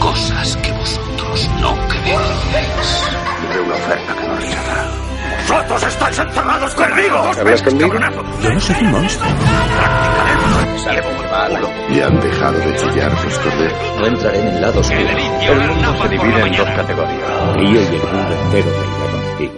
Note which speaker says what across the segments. Speaker 1: cosas que vosotros no creéis.
Speaker 2: Tendré una oferta que no rechazará.
Speaker 1: ¡Vosotros estáis encerrados conmigo!
Speaker 2: ¿Hablas conmigo?
Speaker 3: Yo no soy un monstruo.
Speaker 2: Es algo bárbaro. Y han dejado de chillar vuestros dedos.
Speaker 4: No entraré en el lado oscuro.
Speaker 1: El mundo se divide en dos categorías.
Speaker 3: Río y el mundo entero reirá contigo.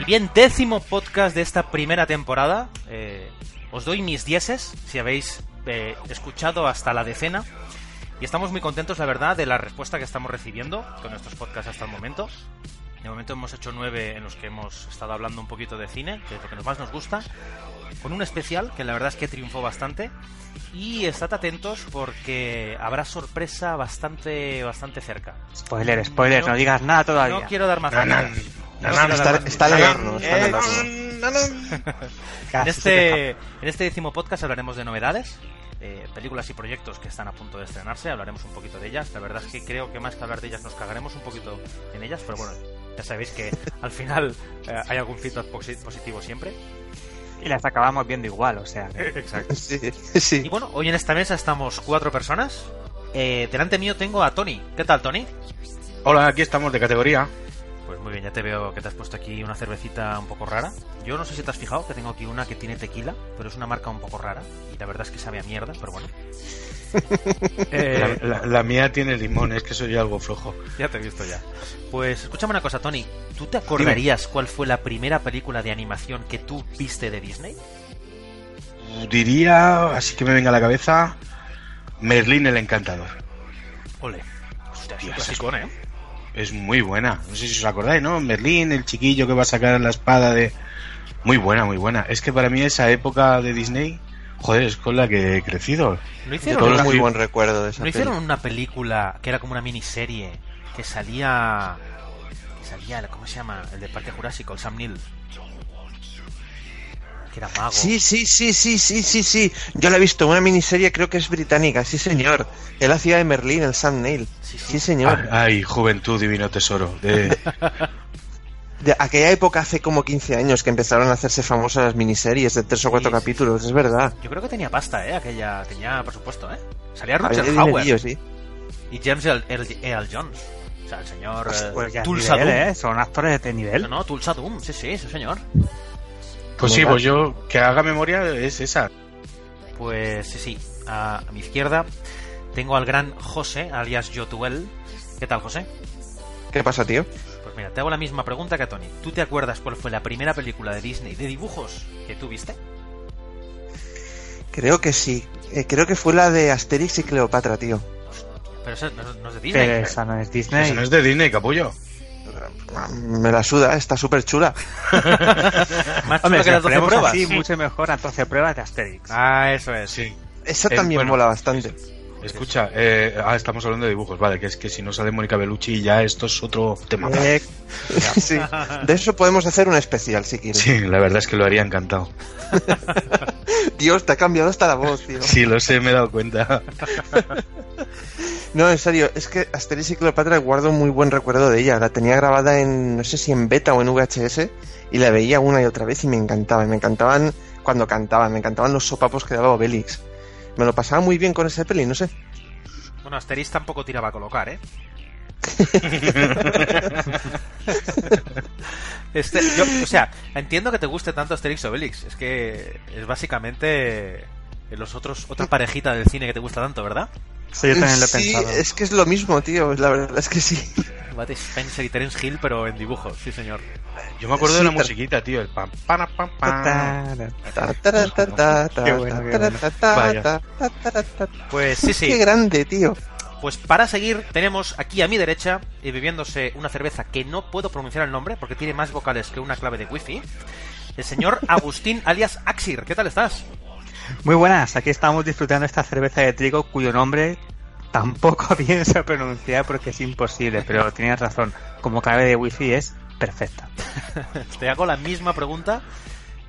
Speaker 5: Y bien, décimo podcast de esta primera temporada. Eh, os doy mis dieces, si habéis eh, escuchado hasta la decena. Y estamos muy contentos, la verdad, de la respuesta que estamos recibiendo con nuestros podcasts hasta el momento. De momento hemos hecho nueve en los que hemos estado hablando un poquito de cine, que es lo que más nos gusta. Con un especial, que la verdad es que triunfó bastante. Y estad atentos porque habrá sorpresa bastante, bastante cerca.
Speaker 6: Spoiler, spoiler, no,
Speaker 5: No.
Speaker 6: digas nada todavía.
Speaker 5: No quiero dar más detalles. No
Speaker 6: no,
Speaker 5: quiero dar más Eh,
Speaker 7: Está, está de
Speaker 5: detalles.
Speaker 7: horno, está de horno.
Speaker 6: Ya,
Speaker 5: En
Speaker 6: sí se queja.
Speaker 5: este, en este décimo podcast hablaremos de novedades, eh, películas y proyectos que están a punto de estrenarse, hablaremos un poquito de ellas. La verdad es que creo que más que hablar de ellas nos cagaremos un poquito en ellas, pero bueno, ya sabéis que al final eh, hay algún feedback posi- positivo siempre.
Speaker 6: Y las acabamos viendo igual, o sea. que-
Speaker 5: Exacto.
Speaker 7: Sí,
Speaker 5: Y
Speaker 7: sí.
Speaker 5: bueno, hoy en esta mesa estamos cuatro personas. Eh, delante mío tengo a Tony. ¿Qué tal, Tony?
Speaker 8: Hola, aquí estamos de categoría.
Speaker 5: Pues muy bien, ya te veo que te has puesto aquí una cervecita un poco rara. Yo no sé si te has fijado que tengo aquí una que tiene tequila, pero es una marca un poco rara. Y la verdad es que sabe a mierda, pero bueno. Eh,
Speaker 8: la, la- la mía tiene limón, es que soy algo flojo.
Speaker 5: ya te he visto ya. Pues escúchame una cosa, Tony. ¿Tú te acordarías cuál fue la primera película de animación que tú viste de Disney?
Speaker 8: Diría, así que me venga a la cabeza, Merlín el Encantador.
Speaker 5: Ole. Hostia, es un
Speaker 8: Dios,
Speaker 5: clasicón, ¿eh?
Speaker 8: Es muy buena. No sé si os acordáis, ¿no? Merlín, el chiquillo que va a sacar la espada de... Muy buena, muy buena. Es que para mí esa época de Disney, joder, es con la que he crecido.
Speaker 5: ¿No
Speaker 7: Yo
Speaker 5: hicieron,
Speaker 7: tengo
Speaker 5: una,
Speaker 7: un muy buen recuerdo de esa
Speaker 5: ¿no hicieron
Speaker 7: peli.
Speaker 5: una película que era como una miniserie que salía... Que salía, ¿cómo se llama? El de Parque Jurásico, el Sam Neill. Que era mago.
Speaker 7: Sí, sí, sí, sí, sí, sí, sí. Yo la he visto, una miniserie creo que es británica, sí señor. Es la ciudad de Merlín, el Sam Neil.
Speaker 5: Sí, sí.
Speaker 7: Sí señor.
Speaker 8: Ah, Ay, juventud, divino tesoro. De...
Speaker 7: De aquella época hace como 15 años que empezaron a hacerse famosas las miniseries de tres o cuatro
Speaker 5: Sí, sí.
Speaker 7: capítulos, es verdad.
Speaker 5: Yo creo que tenía pasta, ¿eh? Aquella, tenía presupuesto, ¿eh? Salía
Speaker 7: Había
Speaker 5: Richard Howard
Speaker 7: dinerillo, sí.
Speaker 5: y James Earl, Earl- Earl Jones. O sea, el señor... eh,
Speaker 6: Pues ya es
Speaker 5: Tulsa
Speaker 6: nivel,
Speaker 5: Doom.
Speaker 6: ¿eh? Son actores de
Speaker 5: No,
Speaker 6: nivel.
Speaker 5: no, Tulsa Doom, sí, sí, sí, señor.
Speaker 8: Pues sí, pues yo, que haga memoria es esa.
Speaker 5: Pues sí, sí, a, a mi izquierda tengo al gran José, alias Yotuel. ¿Qué tal, José?
Speaker 7: ¿Qué pasa, tío?
Speaker 5: Pues mira, te hago la misma pregunta que a Tony. ¿Tú te acuerdas cuál fue la primera película de Disney de dibujos que tú viste?
Speaker 7: Creo que sí. Eh, creo que fue la de Asterix y Cleopatra, tío.
Speaker 5: Pero esa no, no es de Disney.
Speaker 6: Pero esa no es Disney.
Speaker 8: Eso no es de Disney, capullo.
Speaker 7: Me la suda, eh, está súper chula.
Speaker 5: Más
Speaker 6: Hombre,
Speaker 5: chula
Speaker 6: si
Speaker 5: que las 12
Speaker 6: ponemos
Speaker 5: pruebas.
Speaker 6: así, mucho mejor a 12 pruebas de Asterix.
Speaker 5: Ah, eso es.
Speaker 8: Sí.
Speaker 7: Esa
Speaker 8: Eh,
Speaker 7: también
Speaker 8: bueno,
Speaker 7: mola bastante.
Speaker 8: Escucha, eh, ah, estamos hablando de dibujos, vale, que es que si no sale Mónica Bellucci ya esto es otro tema.
Speaker 6: Eh,
Speaker 7: Sí. De eso podemos hacer un especial si quieres.
Speaker 8: Sí, la verdad es que lo haría encantado.
Speaker 7: Dios, te ha cambiado hasta la voz, tío.
Speaker 8: Sí, lo sé, me he dado cuenta.
Speaker 7: No, en serio, es que Asterix y Cleopatra guardo muy buen recuerdo de ella. La tenía grabada en, no sé si en beta o en VHS, y la veía una y otra vez y me encantaba. Y me encantaban cuando cantaban, me encantaban los sopapos que daba Obelix. Me lo pasaba muy bien con ese peli, no sé.
Speaker 5: Bueno, Asterix tampoco tiraba a colocar, ¿eh? Este- yo- o sea, entiendo que te guste tanto Asterix Obelix. Es que es básicamente eh, los otros otra parejita del cine que te gusta tanto, ¿verdad?
Speaker 6: sí, yo también lo he
Speaker 7: sí,
Speaker 6: pensado.
Speaker 7: es que es lo mismo, tío. La verdad es que sí.
Speaker 5: Bud Spencer y Terence Hill, pero en dibujos, sí señor.
Speaker 8: Yo me acuerdo de la
Speaker 7: Sí,
Speaker 8: musiquita, tío, el pam, pana, pam, pam.
Speaker 6: Ta-ta-ra.
Speaker 7: Ta, ta, ta, ta, ta,
Speaker 6: Qué bueno, qué
Speaker 7: ta, ta, ta, ta,
Speaker 8: Vaya.
Speaker 7: ta, ta, ta, ta.
Speaker 5: Pues sí,
Speaker 7: Qué
Speaker 5: sí.
Speaker 7: grande, tío.
Speaker 5: Pues para seguir, tenemos aquí a mi derecha, eh, bebiéndose una cerveza que no puedo pronunciar el nombre porque tiene más vocales que una clave de wifi, el señor Agustín alias Axir. ¿Qué tal estás?
Speaker 6: Muy buenas, aquí estamos disfrutando esta cerveza de trigo cuyo nombre tampoco pienso pronunciar porque es imposible, pero tenías razón. Como clave de wifi es perfecta.
Speaker 5: Te hago la misma pregunta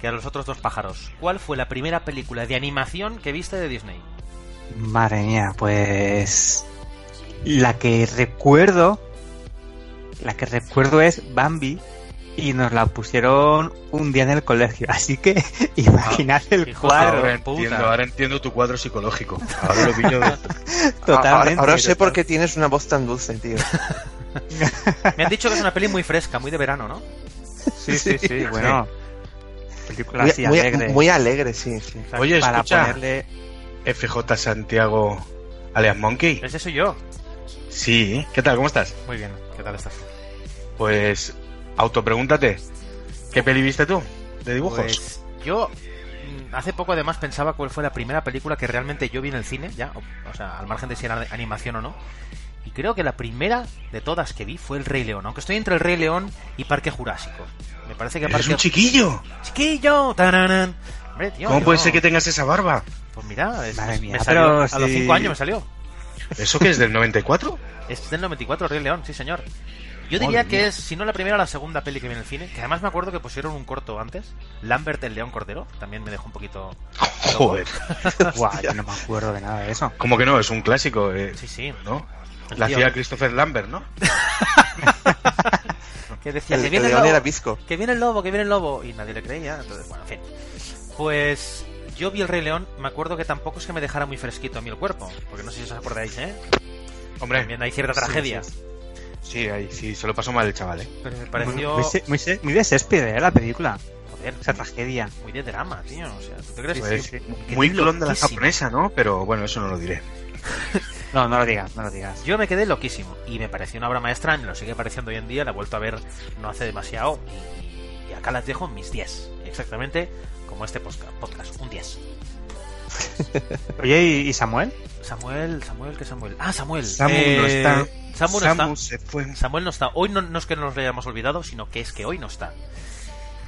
Speaker 5: que a los otros dos pájaros. ¿Cuál fue la primera película de animación que viste de Disney?
Speaker 6: Madre mía, pues la que recuerdo, la que recuerdo es Bambi y nos la pusieron un día en el colegio, así que
Speaker 7: Ah,
Speaker 6: imaginad el
Speaker 5: hijo de
Speaker 6: cuadro
Speaker 8: Ahora
Speaker 5: Claro,
Speaker 8: entiendo,
Speaker 5: puta.
Speaker 8: ahora entiendo tu cuadro psicológico. Ahora lo pillo.
Speaker 6: totalmente.
Speaker 7: Ahora, ahora sé por qué tienes una voz tan dulce, tío.
Speaker 5: Me han dicho que es una peli muy fresca, muy de verano, ¿no?
Speaker 6: Sí, sí, sí, bueno. Película
Speaker 7: Muy,
Speaker 6: así
Speaker 7: muy-
Speaker 6: alegre.
Speaker 7: muy alegre, sí, sí.
Speaker 8: Oye,
Speaker 6: para
Speaker 8: escucha.
Speaker 6: ponerle
Speaker 8: FJ Santiago alias Monkey.
Speaker 5: Ese soy yo.
Speaker 8: Sí, ¿qué tal? ¿Cómo estás?
Speaker 5: Muy bien, ¿qué tal estás?
Speaker 8: Pues autopregúntate. ¿Qué peli viste tú? ¿De dibujos?
Speaker 5: Pues yo mm, hace poco además pensaba cuál fue la primera película que realmente yo vi en el cine, ya, o, o sea, al margen de si era de animación o no. Y creo que la primera de todas que vi fue El Rey León, aunque estoy entre El Rey León y Parque Jurásico. Me parece que
Speaker 8: ¡Eres
Speaker 5: Parque
Speaker 8: un chiquillo!
Speaker 5: chiquillo. Tararán. Hombre, tío,
Speaker 8: ¿Cómo
Speaker 5: yo-
Speaker 8: puede ser que tengas esa barba?
Speaker 5: Pues mira, es-
Speaker 6: Madre
Speaker 5: me
Speaker 6: mía,
Speaker 5: salió-
Speaker 6: pero
Speaker 5: a los
Speaker 6: si-
Speaker 5: 5 años me salió.
Speaker 8: ¿Eso que es del 94?
Speaker 5: Es del 94, Rey León, sí señor. Yo diría
Speaker 8: Madre
Speaker 5: que
Speaker 8: mía.
Speaker 5: es, si no la primera, la segunda peli que vi en el cine. Que además me acuerdo que pusieron un corto antes, Lambert el León Cordero. También me dejó un poquito.
Speaker 8: Joder.
Speaker 6: Guau, yo no me acuerdo de nada de eso.
Speaker 8: Como que no, es un clásico, eh,
Speaker 5: Sí, sí.
Speaker 8: ¿no?
Speaker 5: El
Speaker 8: La
Speaker 5: tío.
Speaker 8: hacía Christopher Lambert, ¿no?
Speaker 5: Que decía
Speaker 7: El,
Speaker 5: que
Speaker 7: el
Speaker 5: viene el
Speaker 7: león
Speaker 5: lobo,
Speaker 7: era bizco.
Speaker 5: que viene el lobo, que viene el lobo. Y nadie le creía. Entonces, bueno, en fin. Pues yo vi el Rey León. Me acuerdo que tampoco es que me dejara muy fresquito a mí el cuerpo. Porque no sé si os acordáis, ¿eh?
Speaker 8: Hombre,
Speaker 5: También hay cierta tragedia.
Speaker 8: sí, ahí sí, se lo pasó mal el chaval, ¿eh?
Speaker 5: Pero me pareció.
Speaker 6: Muy, se- muy se- muy de Césped, ¿eh? La película.
Speaker 5: Joder,
Speaker 6: Esa tragedia.
Speaker 5: muy de drama, tío. O sea, ¿tú te crees?
Speaker 8: Pues,
Speaker 6: sí,
Speaker 5: sí.
Speaker 8: Muy
Speaker 5: Qué
Speaker 8: clon de la
Speaker 5: loquísimo.
Speaker 8: japonesa, ¿no? Pero bueno, eso no lo diré.
Speaker 6: No, no lo digas, no lo digas.
Speaker 5: Yo me quedé loquísimo y me pareció una obra maestra, me lo sigue pareciendo hoy en día, la he vuelto a ver no hace demasiado y, y acá las dejo en mis 10, exactamente como este posca- podcast, un 10.
Speaker 6: Oye, ¿y- ¿y Samuel?
Speaker 5: Samuel, Samuel, ¿qué Samuel? Ah, Samuel.
Speaker 8: Samu no está.
Speaker 5: Samu no
Speaker 8: Samu
Speaker 5: está.
Speaker 8: se fue.
Speaker 5: Samuel no está. Hoy no, no es que nos lo hayamos olvidado, sino que es que hoy no está.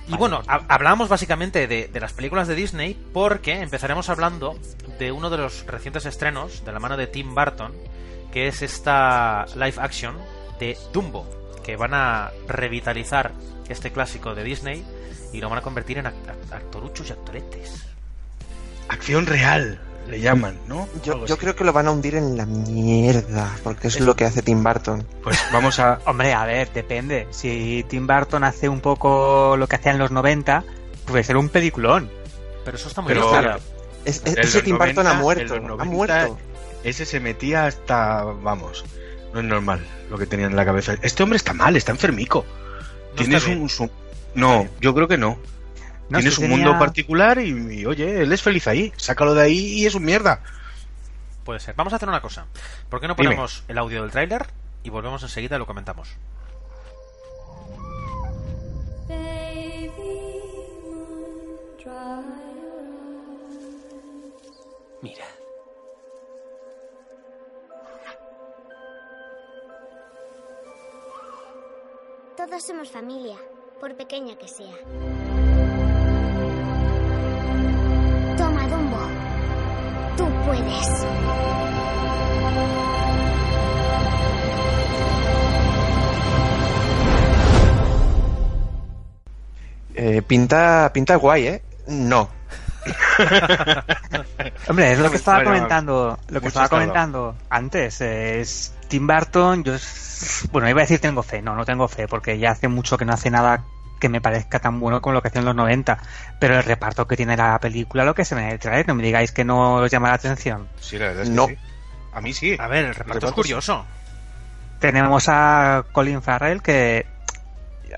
Speaker 5: Y bueno, ha- hablamos básicamente de, de las películas de Disney porque empezaremos hablando de uno de los recientes estrenos de la mano de Tim Burton, que es esta live action de Dumbo, que van a revitalizar este clásico de Disney y lo van a convertir en act- act- actoruchos y actoretes.
Speaker 8: Acción real, le llaman, ¿no?
Speaker 7: Yo,
Speaker 8: Algo
Speaker 7: yo
Speaker 8: así.
Speaker 7: creo que lo van a hundir en la mierda, porque es lo que hace Tim Burton.
Speaker 8: Pues vamos a.
Speaker 6: Hombre, a ver, depende. Si Tim Burton hace un poco lo que hacía en los 90, puede ser un peliculón.
Speaker 5: Pero eso está muy
Speaker 8: Pero-
Speaker 5: bien. claro.
Speaker 7: Es- es-
Speaker 8: El
Speaker 7: ese
Speaker 8: del
Speaker 7: Tim Burton ha
Speaker 8: 90,
Speaker 7: muerto,
Speaker 8: el del
Speaker 7: ha
Speaker 8: 90.
Speaker 7: muerto.
Speaker 5: eh,
Speaker 8: Ese se metía hasta. Vamos. No es normal lo que tenía en la cabeza. Este hombre está mal, está enfermico.
Speaker 5: No
Speaker 8: Tienes
Speaker 5: está bien.
Speaker 8: un. su- No, yo creo que no.
Speaker 6: No,
Speaker 8: Tienes
Speaker 6: si
Speaker 8: un
Speaker 6: tenía-
Speaker 8: mundo particular y, y, oye, él es feliz ahí. Sácalo de ahí y es un mierda.
Speaker 5: Puede ser. Vamos a hacer una cosa. ¿Por qué no
Speaker 8: Dime.
Speaker 5: ponemos el audio del tráiler y volvemos enseguida y lo comentamos?
Speaker 1: Mirad.
Speaker 4: Todos somos familia, por pequeña que sea. Toma, Dumbo. Tú puedes.
Speaker 7: Eh, pinta, pinta guay, ¿eh? No.
Speaker 6: Hombre, es lo que estaba
Speaker 8: Bueno,
Speaker 6: comentando, lo que
Speaker 8: mucho
Speaker 6: estaba
Speaker 8: estado.
Speaker 6: comentando antes. Es Tim Burton, yo es- bueno, iba a decir tengo fe, no, no tengo fe, porque ya hace mucho que no hace nada que me parezca tan bueno como lo que hacía en los 90, pero el reparto que tiene la película, lo que se me el tráiler, no me digáis que no os llama la atención.
Speaker 8: Sí, la verdad
Speaker 7: es que No.
Speaker 8: que
Speaker 7: sí.
Speaker 8: A mí sí.
Speaker 5: A ver, el reparto es
Speaker 8: reparto
Speaker 5: curioso.
Speaker 6: Tenemos a Colin Farrell que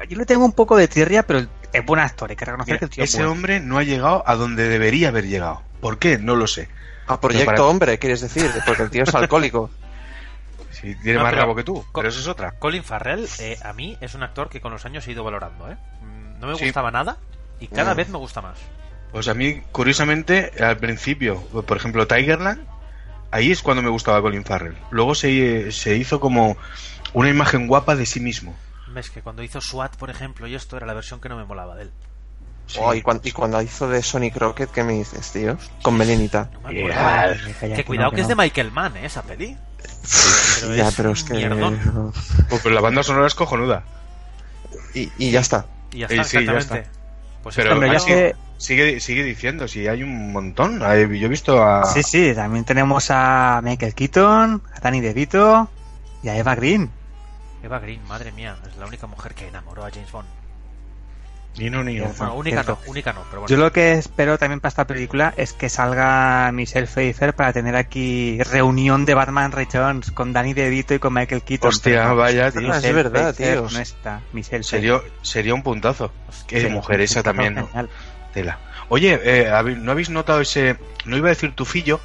Speaker 6: yo le tengo un poco de tirria, pero es buen actor, hay que reconocer
Speaker 8: Mira,
Speaker 6: que el tío es
Speaker 8: ese
Speaker 6: bueno.
Speaker 8: hombre no ha llegado a donde debería haber llegado. ¿Por qué? No lo sé.
Speaker 7: A Proyecto
Speaker 8: para-
Speaker 7: Hombre, quieres decir, porque el tío es alcohólico.
Speaker 8: Si tiene
Speaker 5: No,
Speaker 8: más
Speaker 5: pero-
Speaker 8: rabo que tú.
Speaker 5: co-
Speaker 8: Pero eso es otra.
Speaker 5: Colin Farrell, eh, a mí, es un actor que con los años he ido valorando. ¿eh? Mm, No me
Speaker 8: Sí.
Speaker 5: gustaba nada y cada
Speaker 7: Mm.
Speaker 5: vez me gusta más.
Speaker 8: Pues a mí, curiosamente, al principio, por ejemplo, Tigerland, Ahí es cuando me gustaba Colin Farrell. Luego se, se hizo como una imagen guapa de sí mismo.
Speaker 5: Es que cuando hizo SWAT, por ejemplo, y esto era la versión que no me molaba de él.
Speaker 7: Oh, y, cuan- y cuando hizo de Sonic Rocket, ¿qué me dices, tío? Con Melenita.
Speaker 5: No me acuerdo.
Speaker 6: Ay,
Speaker 5: Que,
Speaker 6: calla,
Speaker 5: cuidado
Speaker 6: no,
Speaker 5: que es
Speaker 6: no.
Speaker 5: de Michael Mann, ¿eh? Esa peli. Pero
Speaker 7: ya,
Speaker 5: es
Speaker 7: pero
Speaker 5: un
Speaker 7: es que.
Speaker 5: mierdón.
Speaker 8: Pues, pues la banda sonora es cojonuda.
Speaker 7: Y, y ya está.
Speaker 5: Y ya está,
Speaker 8: Sí, sí, ya
Speaker 5: exactamente. Pues
Speaker 8: Pero
Speaker 5: está-
Speaker 6: Hombre, ya
Speaker 8: ah,
Speaker 5: bueno,
Speaker 8: sí.
Speaker 6: sé-
Speaker 8: Sigue, sigue diciendo, si hay un montón. Hay- Yo he visto a.
Speaker 6: Sí, sí, también tenemos a Michael Keaton, a Danny DeVito y a Eva Green.
Speaker 5: Eva Green, madre mía, es la única mujer que enamoró a James Bond.
Speaker 8: Ni no, ni no.
Speaker 5: Bueno, única no,
Speaker 6: cierto.
Speaker 5: única no, pero
Speaker 6: Yo
Speaker 5: bueno.
Speaker 6: lo que espero también para esta película es que salga Michelle Pfeiffer para tener aquí reunión de Batman Returns con Danny DeVito y con Michael Keaton.
Speaker 8: Hostia,
Speaker 6: Pero
Speaker 8: vaya,
Speaker 6: Michelle
Speaker 8: tío.
Speaker 7: Ah, es verdad,
Speaker 6: Pfeiffer
Speaker 7: tío.
Speaker 6: No está Michelle
Speaker 8: Sería, sería un puntazo. Qué
Speaker 6: Pfeiffer.
Speaker 8: mujer esa también, ¿no?
Speaker 6: Genial.
Speaker 8: Tela. Oye, eh, ¿habe- ¿no habéis notado ese, no iba a decir tufillo,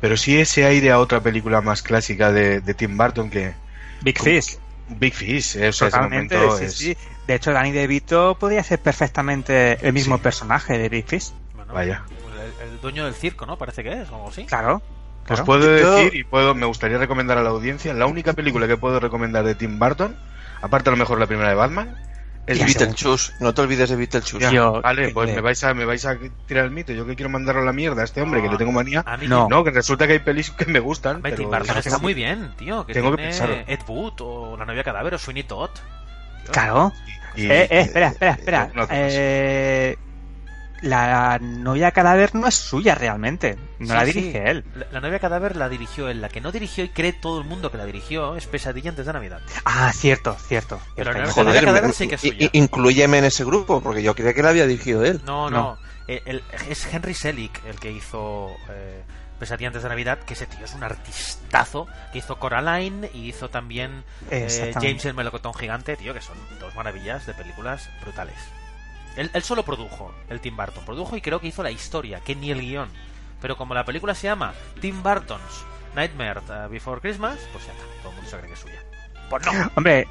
Speaker 8: pero sí ese aire a otra película más clásica de, de Tim Burton que
Speaker 6: Big Fish.
Speaker 8: Big Fish? eh, o sea, ese
Speaker 6: Totalmente,
Speaker 8: momento
Speaker 6: sí,
Speaker 8: es-
Speaker 6: sí. De hecho, Danny DeVito podría ser perfectamente el mismo personaje de Big Fish.
Speaker 5: Bueno,
Speaker 8: Vaya.
Speaker 5: El, el dueño del circo, ¿no? Parece que es, o algo así.
Speaker 6: Claro.
Speaker 8: Os
Speaker 6: claro.
Speaker 8: puedo
Speaker 7: Yo-
Speaker 8: decir y puedo, me gustaría recomendar a la audiencia, la única película que puedo recomendar de Tim Burton, aparte a lo mejor la primera de Batman, es
Speaker 7: Es
Speaker 6: Ya,
Speaker 8: Beatles.
Speaker 7: Beetlejuice. No te olvides de Beetlejuice.
Speaker 8: Ya,
Speaker 6: Yo-
Speaker 8: vale, pues
Speaker 6: eh,
Speaker 8: me vais, a, me vais a tirar el mito. Yo que quiero mandarlo a la mierda a este hombre que le tengo manía.
Speaker 5: A mí
Speaker 6: Ah, No.
Speaker 8: No, que resulta que hay pelis que me gustan.
Speaker 5: Betty
Speaker 8: pero-
Speaker 5: Barton está muy bien, tío. Que
Speaker 8: Tengo que
Speaker 5: tiene
Speaker 8: pensarlo.
Speaker 5: Ed Wood o La novia cadáver o Sweeney Todd.
Speaker 6: Claro.
Speaker 8: Y-
Speaker 6: Eh, eh, espera, espera, espera.
Speaker 8: no, no, no.
Speaker 6: Eh, la novia cadáver no es suya realmente. No
Speaker 5: Sí,
Speaker 6: la
Speaker 5: sí.
Speaker 6: dirige él.
Speaker 5: La, la novia cadáver la dirigió él. La que no dirigió y cree todo el mundo que la dirigió es Pesadilla antes de Navidad.
Speaker 6: Ah, cierto, cierto.
Speaker 5: Pero
Speaker 6: cierto.
Speaker 5: no es
Speaker 6: Joder.
Speaker 5: Joder,
Speaker 7: Joder, me-
Speaker 5: cadáver sí que es
Speaker 7: i-
Speaker 5: suya.
Speaker 7: i- inclúyeme en ese grupo, porque yo creía que la había dirigido él.
Speaker 5: No, no.
Speaker 6: No.
Speaker 5: Eh, el- es Henry Selick el que hizo eh, Pesadilla antes de Navidad, que ese tío es un artistazo, que hizo Coraline y hizo también eh,
Speaker 6: Exactamente.
Speaker 5: James el melocotón gigante, tío, que son dos maravillas de películas brutales. Él, él solo produjo, el Tim Burton, produjo y creo que hizo la historia, que ni el guión. Pero como la película se llama Tim Burton's Nightmare eh, Before Christmas, pues ya está, todo el mundo se cree que es suya. Pues no.
Speaker 6: Hombre,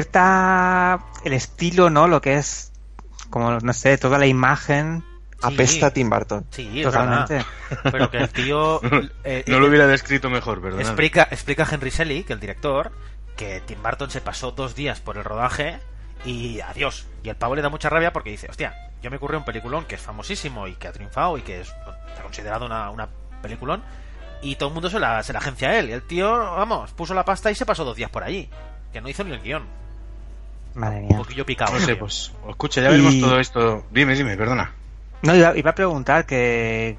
Speaker 6: cierta. El estilo, ¿no? Lo que es. Como, no sé, toda la imagen.
Speaker 7: Apesta a Tim Burton.
Speaker 5: Sí, es verdad.
Speaker 6: totalmente.
Speaker 5: Pero que el tío... eh,
Speaker 8: No lo hubiera descrito mejor, perdón.
Speaker 5: Explica, explica Henry Selick, el director, que Tim Burton se pasó dos días por el rodaje y adiós. Y el pavo le da mucha rabia porque dice, hostia, yo me ocurrió un peliculón que es famosísimo y que ha triunfado y que es, está considerado una, una peliculón y todo el mundo se la, se la agencia a él. Y el tío, vamos, puso la pasta y se pasó dos días por allí. Que no hizo ni el guión.
Speaker 6: Madre
Speaker 5: Un
Speaker 6: mía.
Speaker 5: poquillo picado.
Speaker 8: No sé,
Speaker 5: tío.
Speaker 8: pues escucha, ya veremos
Speaker 6: Y-
Speaker 8: todo esto. Dime, dime, perdona.
Speaker 6: No, iba, iba a preguntar que.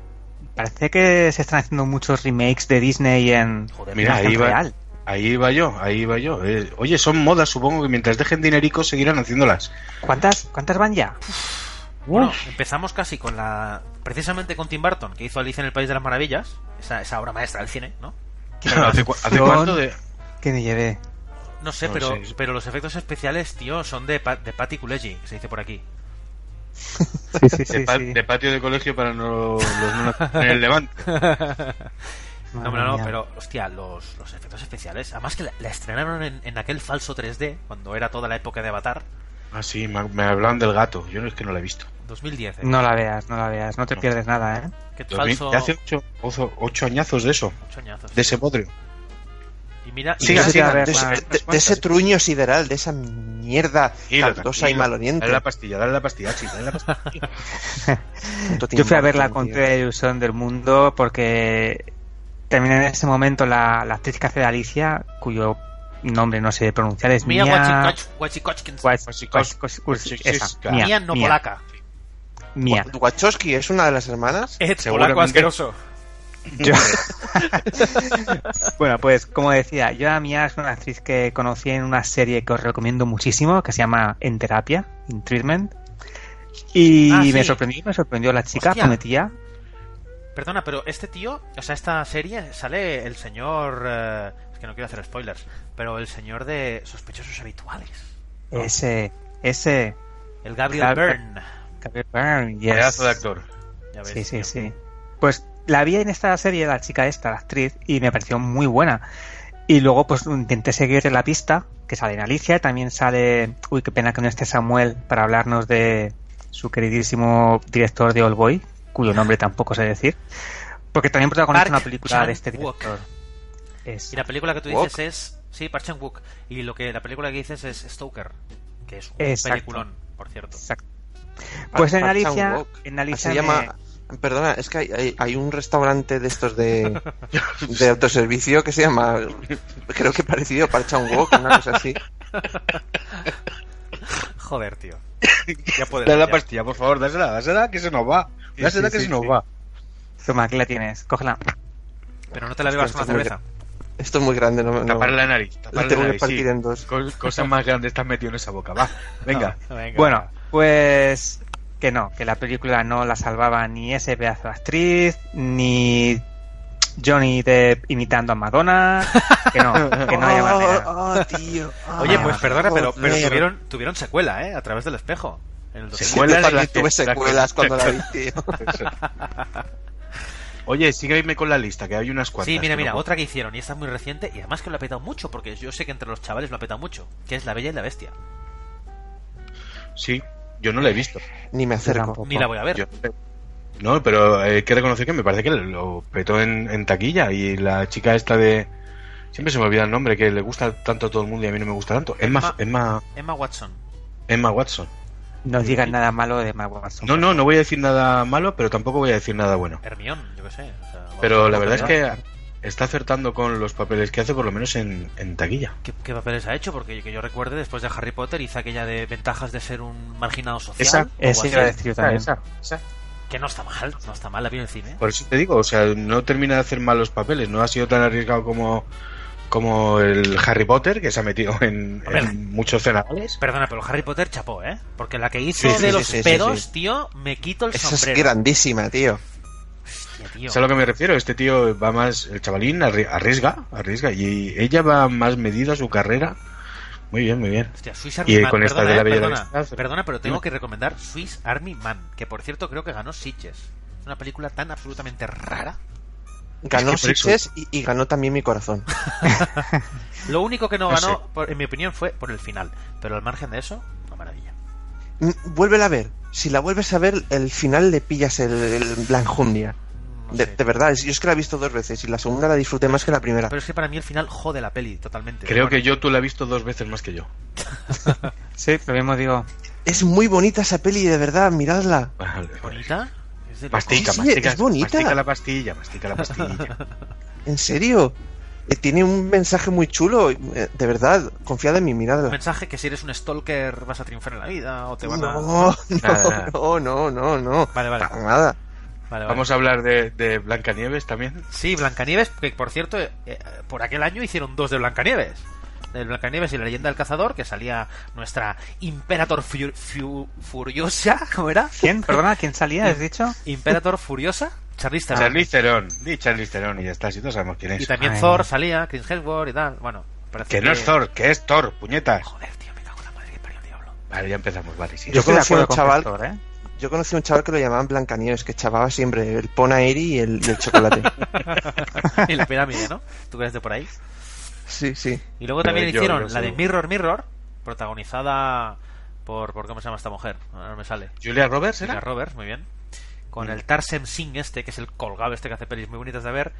Speaker 6: Parece que se están haciendo muchos remakes de Disney en.
Speaker 5: Joder,
Speaker 6: en
Speaker 8: Mira,
Speaker 6: acción
Speaker 8: ahí va-
Speaker 6: real.
Speaker 8: Ahí va yo, ahí va yo. Eh, oye, son modas, supongo que mientras dejen dinerico seguirán haciéndolas.
Speaker 6: ¿Cuántas, ¿Cuántas van ya?
Speaker 5: Bueno, empezamos casi con la... Precisamente con Tim Burton, que hizo Alicia en el País de las Maravillas. Esa, esa obra maestra del cine, ¿no?
Speaker 8: Claro, ¿Hace, cu- hace
Speaker 6: Son-
Speaker 8: cuánto de.?
Speaker 6: Que me llevé.
Speaker 5: No sé,
Speaker 8: No
Speaker 5: pero,
Speaker 8: sé.
Speaker 5: pero los efectos especiales, tío, son de, Pa- de Patty Kuleji, que se dice por aquí.
Speaker 6: Sí, sí,
Speaker 8: de,
Speaker 6: sí.
Speaker 8: pa-
Speaker 6: sí.
Speaker 8: de patio de colegio para no los no en el levante.
Speaker 5: No,
Speaker 6: Madre
Speaker 5: no, no,
Speaker 6: mía.
Speaker 5: pero, hostia, los, los efectos especiales. Además que la, la estrenaron en, en aquel falso 3D, cuando era toda la época de Avatar,
Speaker 8: Ah, sí, me, me hablaban del gato. Yo no es que no la he visto.
Speaker 5: 2010. ¿eh?
Speaker 6: No la veas, no la veas, no te
Speaker 8: No.
Speaker 6: pierdes nada, ¿eh?
Speaker 5: Qué
Speaker 8: Dos mil-
Speaker 5: falso.
Speaker 8: de hace ocho, ocho- ocho añazos de eso,
Speaker 5: soñazos.
Speaker 8: de ese podrio.
Speaker 5: Y mira, y
Speaker 8: Siga,
Speaker 5: mira-
Speaker 7: de, ese-
Speaker 8: siga,
Speaker 7: de
Speaker 6: a ver,
Speaker 7: ese-
Speaker 6: a ver,
Speaker 7: de-
Speaker 8: unas
Speaker 7: de ese
Speaker 8: cuantas.
Speaker 7: truño sideral, de esa mierda
Speaker 8: Hilo,
Speaker 7: Cardosa y
Speaker 8: tranquilo. Dale la
Speaker 7: maloliente.
Speaker 8: pastilla, dale la pastilla, chica, dale la pastilla.
Speaker 7: Puto Tim
Speaker 6: Yo fui a verla
Speaker 7: Burton,
Speaker 6: con
Speaker 7: tío.
Speaker 6: toda la ilusión del mundo porque también en ese momento la, la actriz que hace de Alicia, cuyo nombre no sé pronunciar, es
Speaker 5: Mía
Speaker 6: Mia...
Speaker 5: Wachikoch- Wachikochkins.
Speaker 6: Guas- Guas-
Speaker 8: Wachikos-
Speaker 6: Guas-
Speaker 8: Wachikowska.
Speaker 6: esa, Mia,
Speaker 5: Mía no
Speaker 6: Mia,
Speaker 5: polaca.
Speaker 6: Mia.
Speaker 7: Wachowski es una de las hermanas.
Speaker 6: Eh,
Speaker 5: Ed, polaco
Speaker 8: Seguramente-
Speaker 5: asqueroso.
Speaker 6: Bueno, pues como decía, yo a Mia es una actriz que conocí en una serie que os recomiendo muchísimo, que se llama En Terapia, In Treatment. Y
Speaker 5: Ah,
Speaker 6: me
Speaker 5: sí.
Speaker 6: sorprendió, me sorprendió la chica,
Speaker 5: Hostia.
Speaker 6: prometía.
Speaker 5: Perdona, pero este tío, o sea, esta serie sale el señor... eh, es que no quiero hacer spoilers, pero el señor de sospechosos habituales.
Speaker 6: Ese, ese,
Speaker 5: El Gabriel
Speaker 6: Gab-
Speaker 5: Byrne.
Speaker 6: Gabriel Byrne, yes.
Speaker 8: Pedazo de actor.
Speaker 5: Ya ves,
Speaker 6: Sí, sí,
Speaker 5: tío.
Speaker 6: sí. Pues la vi en esta serie, la chica esta, la actriz, y me pareció muy buena. Y luego, pues intenté seguir la pista, que sale en Alicia, también sale. Uy, qué pena que no esté Samuel para hablarnos de su queridísimo director de Old Boy, cuyo nombre tampoco sé decir. Porque también protagoniza
Speaker 5: Park
Speaker 6: una película de este
Speaker 5: Chan-wook.
Speaker 6: director. Es-
Speaker 5: Y la película que tú
Speaker 7: Wook.
Speaker 5: dices es. Sí, Park Chan-wook. Y lo que, la película que dices es Stoker. Que es un
Speaker 6: Exacto.
Speaker 5: peliculón, por cierto.
Speaker 6: Exacto. Pues en
Speaker 7: Park
Speaker 6: Alicia,
Speaker 7: Chan-wook.
Speaker 6: en Alicia
Speaker 7: Se llama. Perdona, es que hay, hay- hay un restaurante de estos de, de autoservicio que se llama. Creo que parecido a Parcha un Wok, una cosa así.
Speaker 5: Joder, tío. Ya puedes.
Speaker 8: Dale la
Speaker 5: ya.
Speaker 8: pastilla, por favor, dásela, dásela, que se nos va.
Speaker 6: Sí,
Speaker 8: Dásela,
Speaker 6: sí,
Speaker 8: que
Speaker 6: sí,
Speaker 8: se nos
Speaker 6: sí.
Speaker 8: va.
Speaker 6: me- Toma, aquí la tienes, cógela.
Speaker 5: Pero no te la bebas con una cerveza.
Speaker 7: Esto es muy grande, no, no-
Speaker 8: Tapar la nariz,
Speaker 7: la
Speaker 8: tapar la
Speaker 7: tengo que
Speaker 8: nariz.
Speaker 7: partir
Speaker 8: sí.
Speaker 7: en dos.
Speaker 8: Co- Cosas más grandes estás metido en esa boca, va. Venga.
Speaker 5: Venga.
Speaker 6: Bueno, pues que no, que la película no la salvaba ni ese pedazo de actriz, ni Johnny Depp imitando a Madonna, que no, que no había manera.
Speaker 7: Oh, tío.
Speaker 6: Ah,
Speaker 5: Oye, pues perdona, pero, pero
Speaker 7: Joder.
Speaker 5: tuvieron, tuvieron secuela, ¿eh? A través del espejo. En el 2000.
Speaker 8: Secuela.
Speaker 7: Para
Speaker 8: las
Speaker 7: que tuve
Speaker 8: que- las que-
Speaker 7: secuelas cuando la vi, tío.
Speaker 8: Oye, sígueme con la lista, que hay unas cuantas.
Speaker 5: Sí, mira,
Speaker 8: que no
Speaker 5: mira,
Speaker 8: puedo-
Speaker 5: otra que hicieron y esta es muy reciente y además que lo ha petado mucho, porque yo sé que entre los chavales lo ha petado mucho, que es La Bella y la Bestia.
Speaker 8: Sí, yo no la he visto.
Speaker 7: Ni me acerco.
Speaker 6: Tampoco.
Speaker 5: Ni la voy a ver.
Speaker 8: Yo- No, pero eh, hay que reconocer que me parece que lo petó en, en taquilla y la chica esta de... Siempre se me olvida el nombre, que le gusta tanto a todo el mundo y a mí no me gusta tanto. Emma, Emma,
Speaker 5: Emma Watson.
Speaker 8: Emma Watson.
Speaker 6: No digas nada malo de Mark Watson.
Speaker 8: No, no, no voy a decir nada malo, pero tampoco voy a decir nada bueno.
Speaker 5: Hermión, yo qué sé. o sea,
Speaker 8: Pero
Speaker 5: vamos,
Speaker 8: la verdad es
Speaker 5: ¿no?
Speaker 8: que está acertando con los papeles que hace, por lo menos en, en taquilla.
Speaker 5: ¿Qué, qué papeles ha hecho? Porque que yo recuerde, después de Harry Potter hizo aquella de ventajas de ser un marginado social.
Speaker 8: Esa-
Speaker 5: o
Speaker 6: Ese
Speaker 5: así, ¿eh?
Speaker 6: iba a decir yo también.
Speaker 5: que no está mal, no está mal, la vi en el cine.
Speaker 8: Por eso te digo, o sea, no termina de hacer malos papeles, no ha sido tan arriesgado como, como el Harry Potter, que se ha metido en,
Speaker 5: A ver.
Speaker 8: en muchos cenadores.
Speaker 5: Perdona, pero Harry Potter chapó, ¿eh? Porque la que hizo
Speaker 7: Sí, sí,
Speaker 5: de
Speaker 7: sí,
Speaker 5: los
Speaker 7: sí, sí,
Speaker 5: pedos,
Speaker 7: sí.
Speaker 5: tío, me quito el
Speaker 7: Esa es
Speaker 5: sombrero.
Speaker 7: grandísima, tío.
Speaker 5: Hostia, tío.
Speaker 8: Es a lo que me refiero, este tío va más, el chavalín arri- arriesga, arriesga, y ella va más medida su carrera. Muy bien, muy bien.
Speaker 5: Hostia, Swiss
Speaker 8: Y
Speaker 5: Army Man,
Speaker 8: con esta
Speaker 5: perdona,
Speaker 8: de la
Speaker 5: eh,
Speaker 8: Bella
Speaker 5: perdona,
Speaker 8: Vista,
Speaker 5: perdona, pero tengo
Speaker 8: dime.
Speaker 5: que recomendar Swiss Army Man, que por cierto creo que ganó Sitges. Es una película tan absolutamente rara.
Speaker 7: Ganó
Speaker 8: Es que por eso-
Speaker 7: Sitges y, y ganó también mi corazón.
Speaker 5: Lo único que no,
Speaker 8: No
Speaker 5: ganó,
Speaker 8: sé.
Speaker 5: por- en mi opinión, fue por el final. Pero al margen de eso, una maravilla.
Speaker 7: Mm, Vuélvela a ver. Si la vuelves a ver, el final le pillas el, el la enjundia.
Speaker 5: No
Speaker 7: De,
Speaker 5: sé.
Speaker 7: de verdad, es- yo es que la he visto dos veces y la segunda la disfruté más que la primera.
Speaker 5: Pero es que para mí el final jode la peli totalmente.
Speaker 8: Creo
Speaker 5: Bueno,
Speaker 8: que yo tú la has visto dos veces más que yo.
Speaker 6: Sí, lo mismo digo.
Speaker 7: Es muy bonita esa peli, de verdad, miradla.
Speaker 5: ¿Bonita? Es de locos.
Speaker 8: Mastica,
Speaker 7: Sí, sí,
Speaker 8: mastica,
Speaker 7: es bonita.
Speaker 8: mastica la pastilla, mastica la pastilla.
Speaker 7: En serio. Eh, Tiene un mensaje muy chulo, eh, de verdad, confiad en mí,
Speaker 5: Un
Speaker 7: miradla.
Speaker 5: mensaje que si eres un stalker vas a triunfar en la vida o te van a...
Speaker 7: No,
Speaker 8: Nada.
Speaker 7: no, no, no, no, no.
Speaker 5: Vale, vale.
Speaker 7: Para nada.
Speaker 5: Vale, vale.
Speaker 8: Vamos a hablar de, de Blancanieves también.
Speaker 5: Sí, Blancanieves, que por cierto, eh, eh, por aquel año hicieron dos de Blancanieves. De Blancanieves y la leyenda del cazador, que salía nuestra Imperator Fiu- Fiu- Furiosa, ¿cómo era?
Speaker 6: ¿Quién? Perdona, ¿quién salía? ¿Has dicho?
Speaker 5: Imperator Furiosa, Charlize Theron.
Speaker 8: Charlize Theron, di Charlize Theron y ya está, si todos sabemos quién
Speaker 5: Y
Speaker 8: es.
Speaker 5: también
Speaker 6: Ay.
Speaker 5: Thor salía, Chris Hemsworth y tal. Bueno, parece
Speaker 8: Que no es Thor, que es Thor, puñetas.
Speaker 5: Joder, tío, me cago en la madre que parió el diablo.
Speaker 8: Vale, ya empezamos, vale, sí.
Speaker 7: Yo
Speaker 6: estoy de
Speaker 7: conocí a un
Speaker 6: acuerdo con
Speaker 7: chaval-
Speaker 6: Héctor, ¿eh?
Speaker 7: Yo conocí a un chaval que lo llamaban Blancanieves, que chavaba siempre el Ponaeri y el, y el chocolate.
Speaker 5: Y la pirámide, ¿no? Tú que eres de por ahí.
Speaker 7: Sí, sí.
Speaker 5: Y luego
Speaker 8: Pero
Speaker 5: también
Speaker 8: yo
Speaker 5: hicieron
Speaker 8: no
Speaker 5: la de
Speaker 8: sé.
Speaker 5: Mirror Mirror, protagonizada por, por ¿cómo se llama esta mujer? Ahora No me sale.
Speaker 8: Julia Roberts,
Speaker 5: Julia
Speaker 8: ¿era?
Speaker 5: Roberts, muy bien. Con el Tarsem Singh este, que es el colgado este que hace pelis muy bonitas de ver,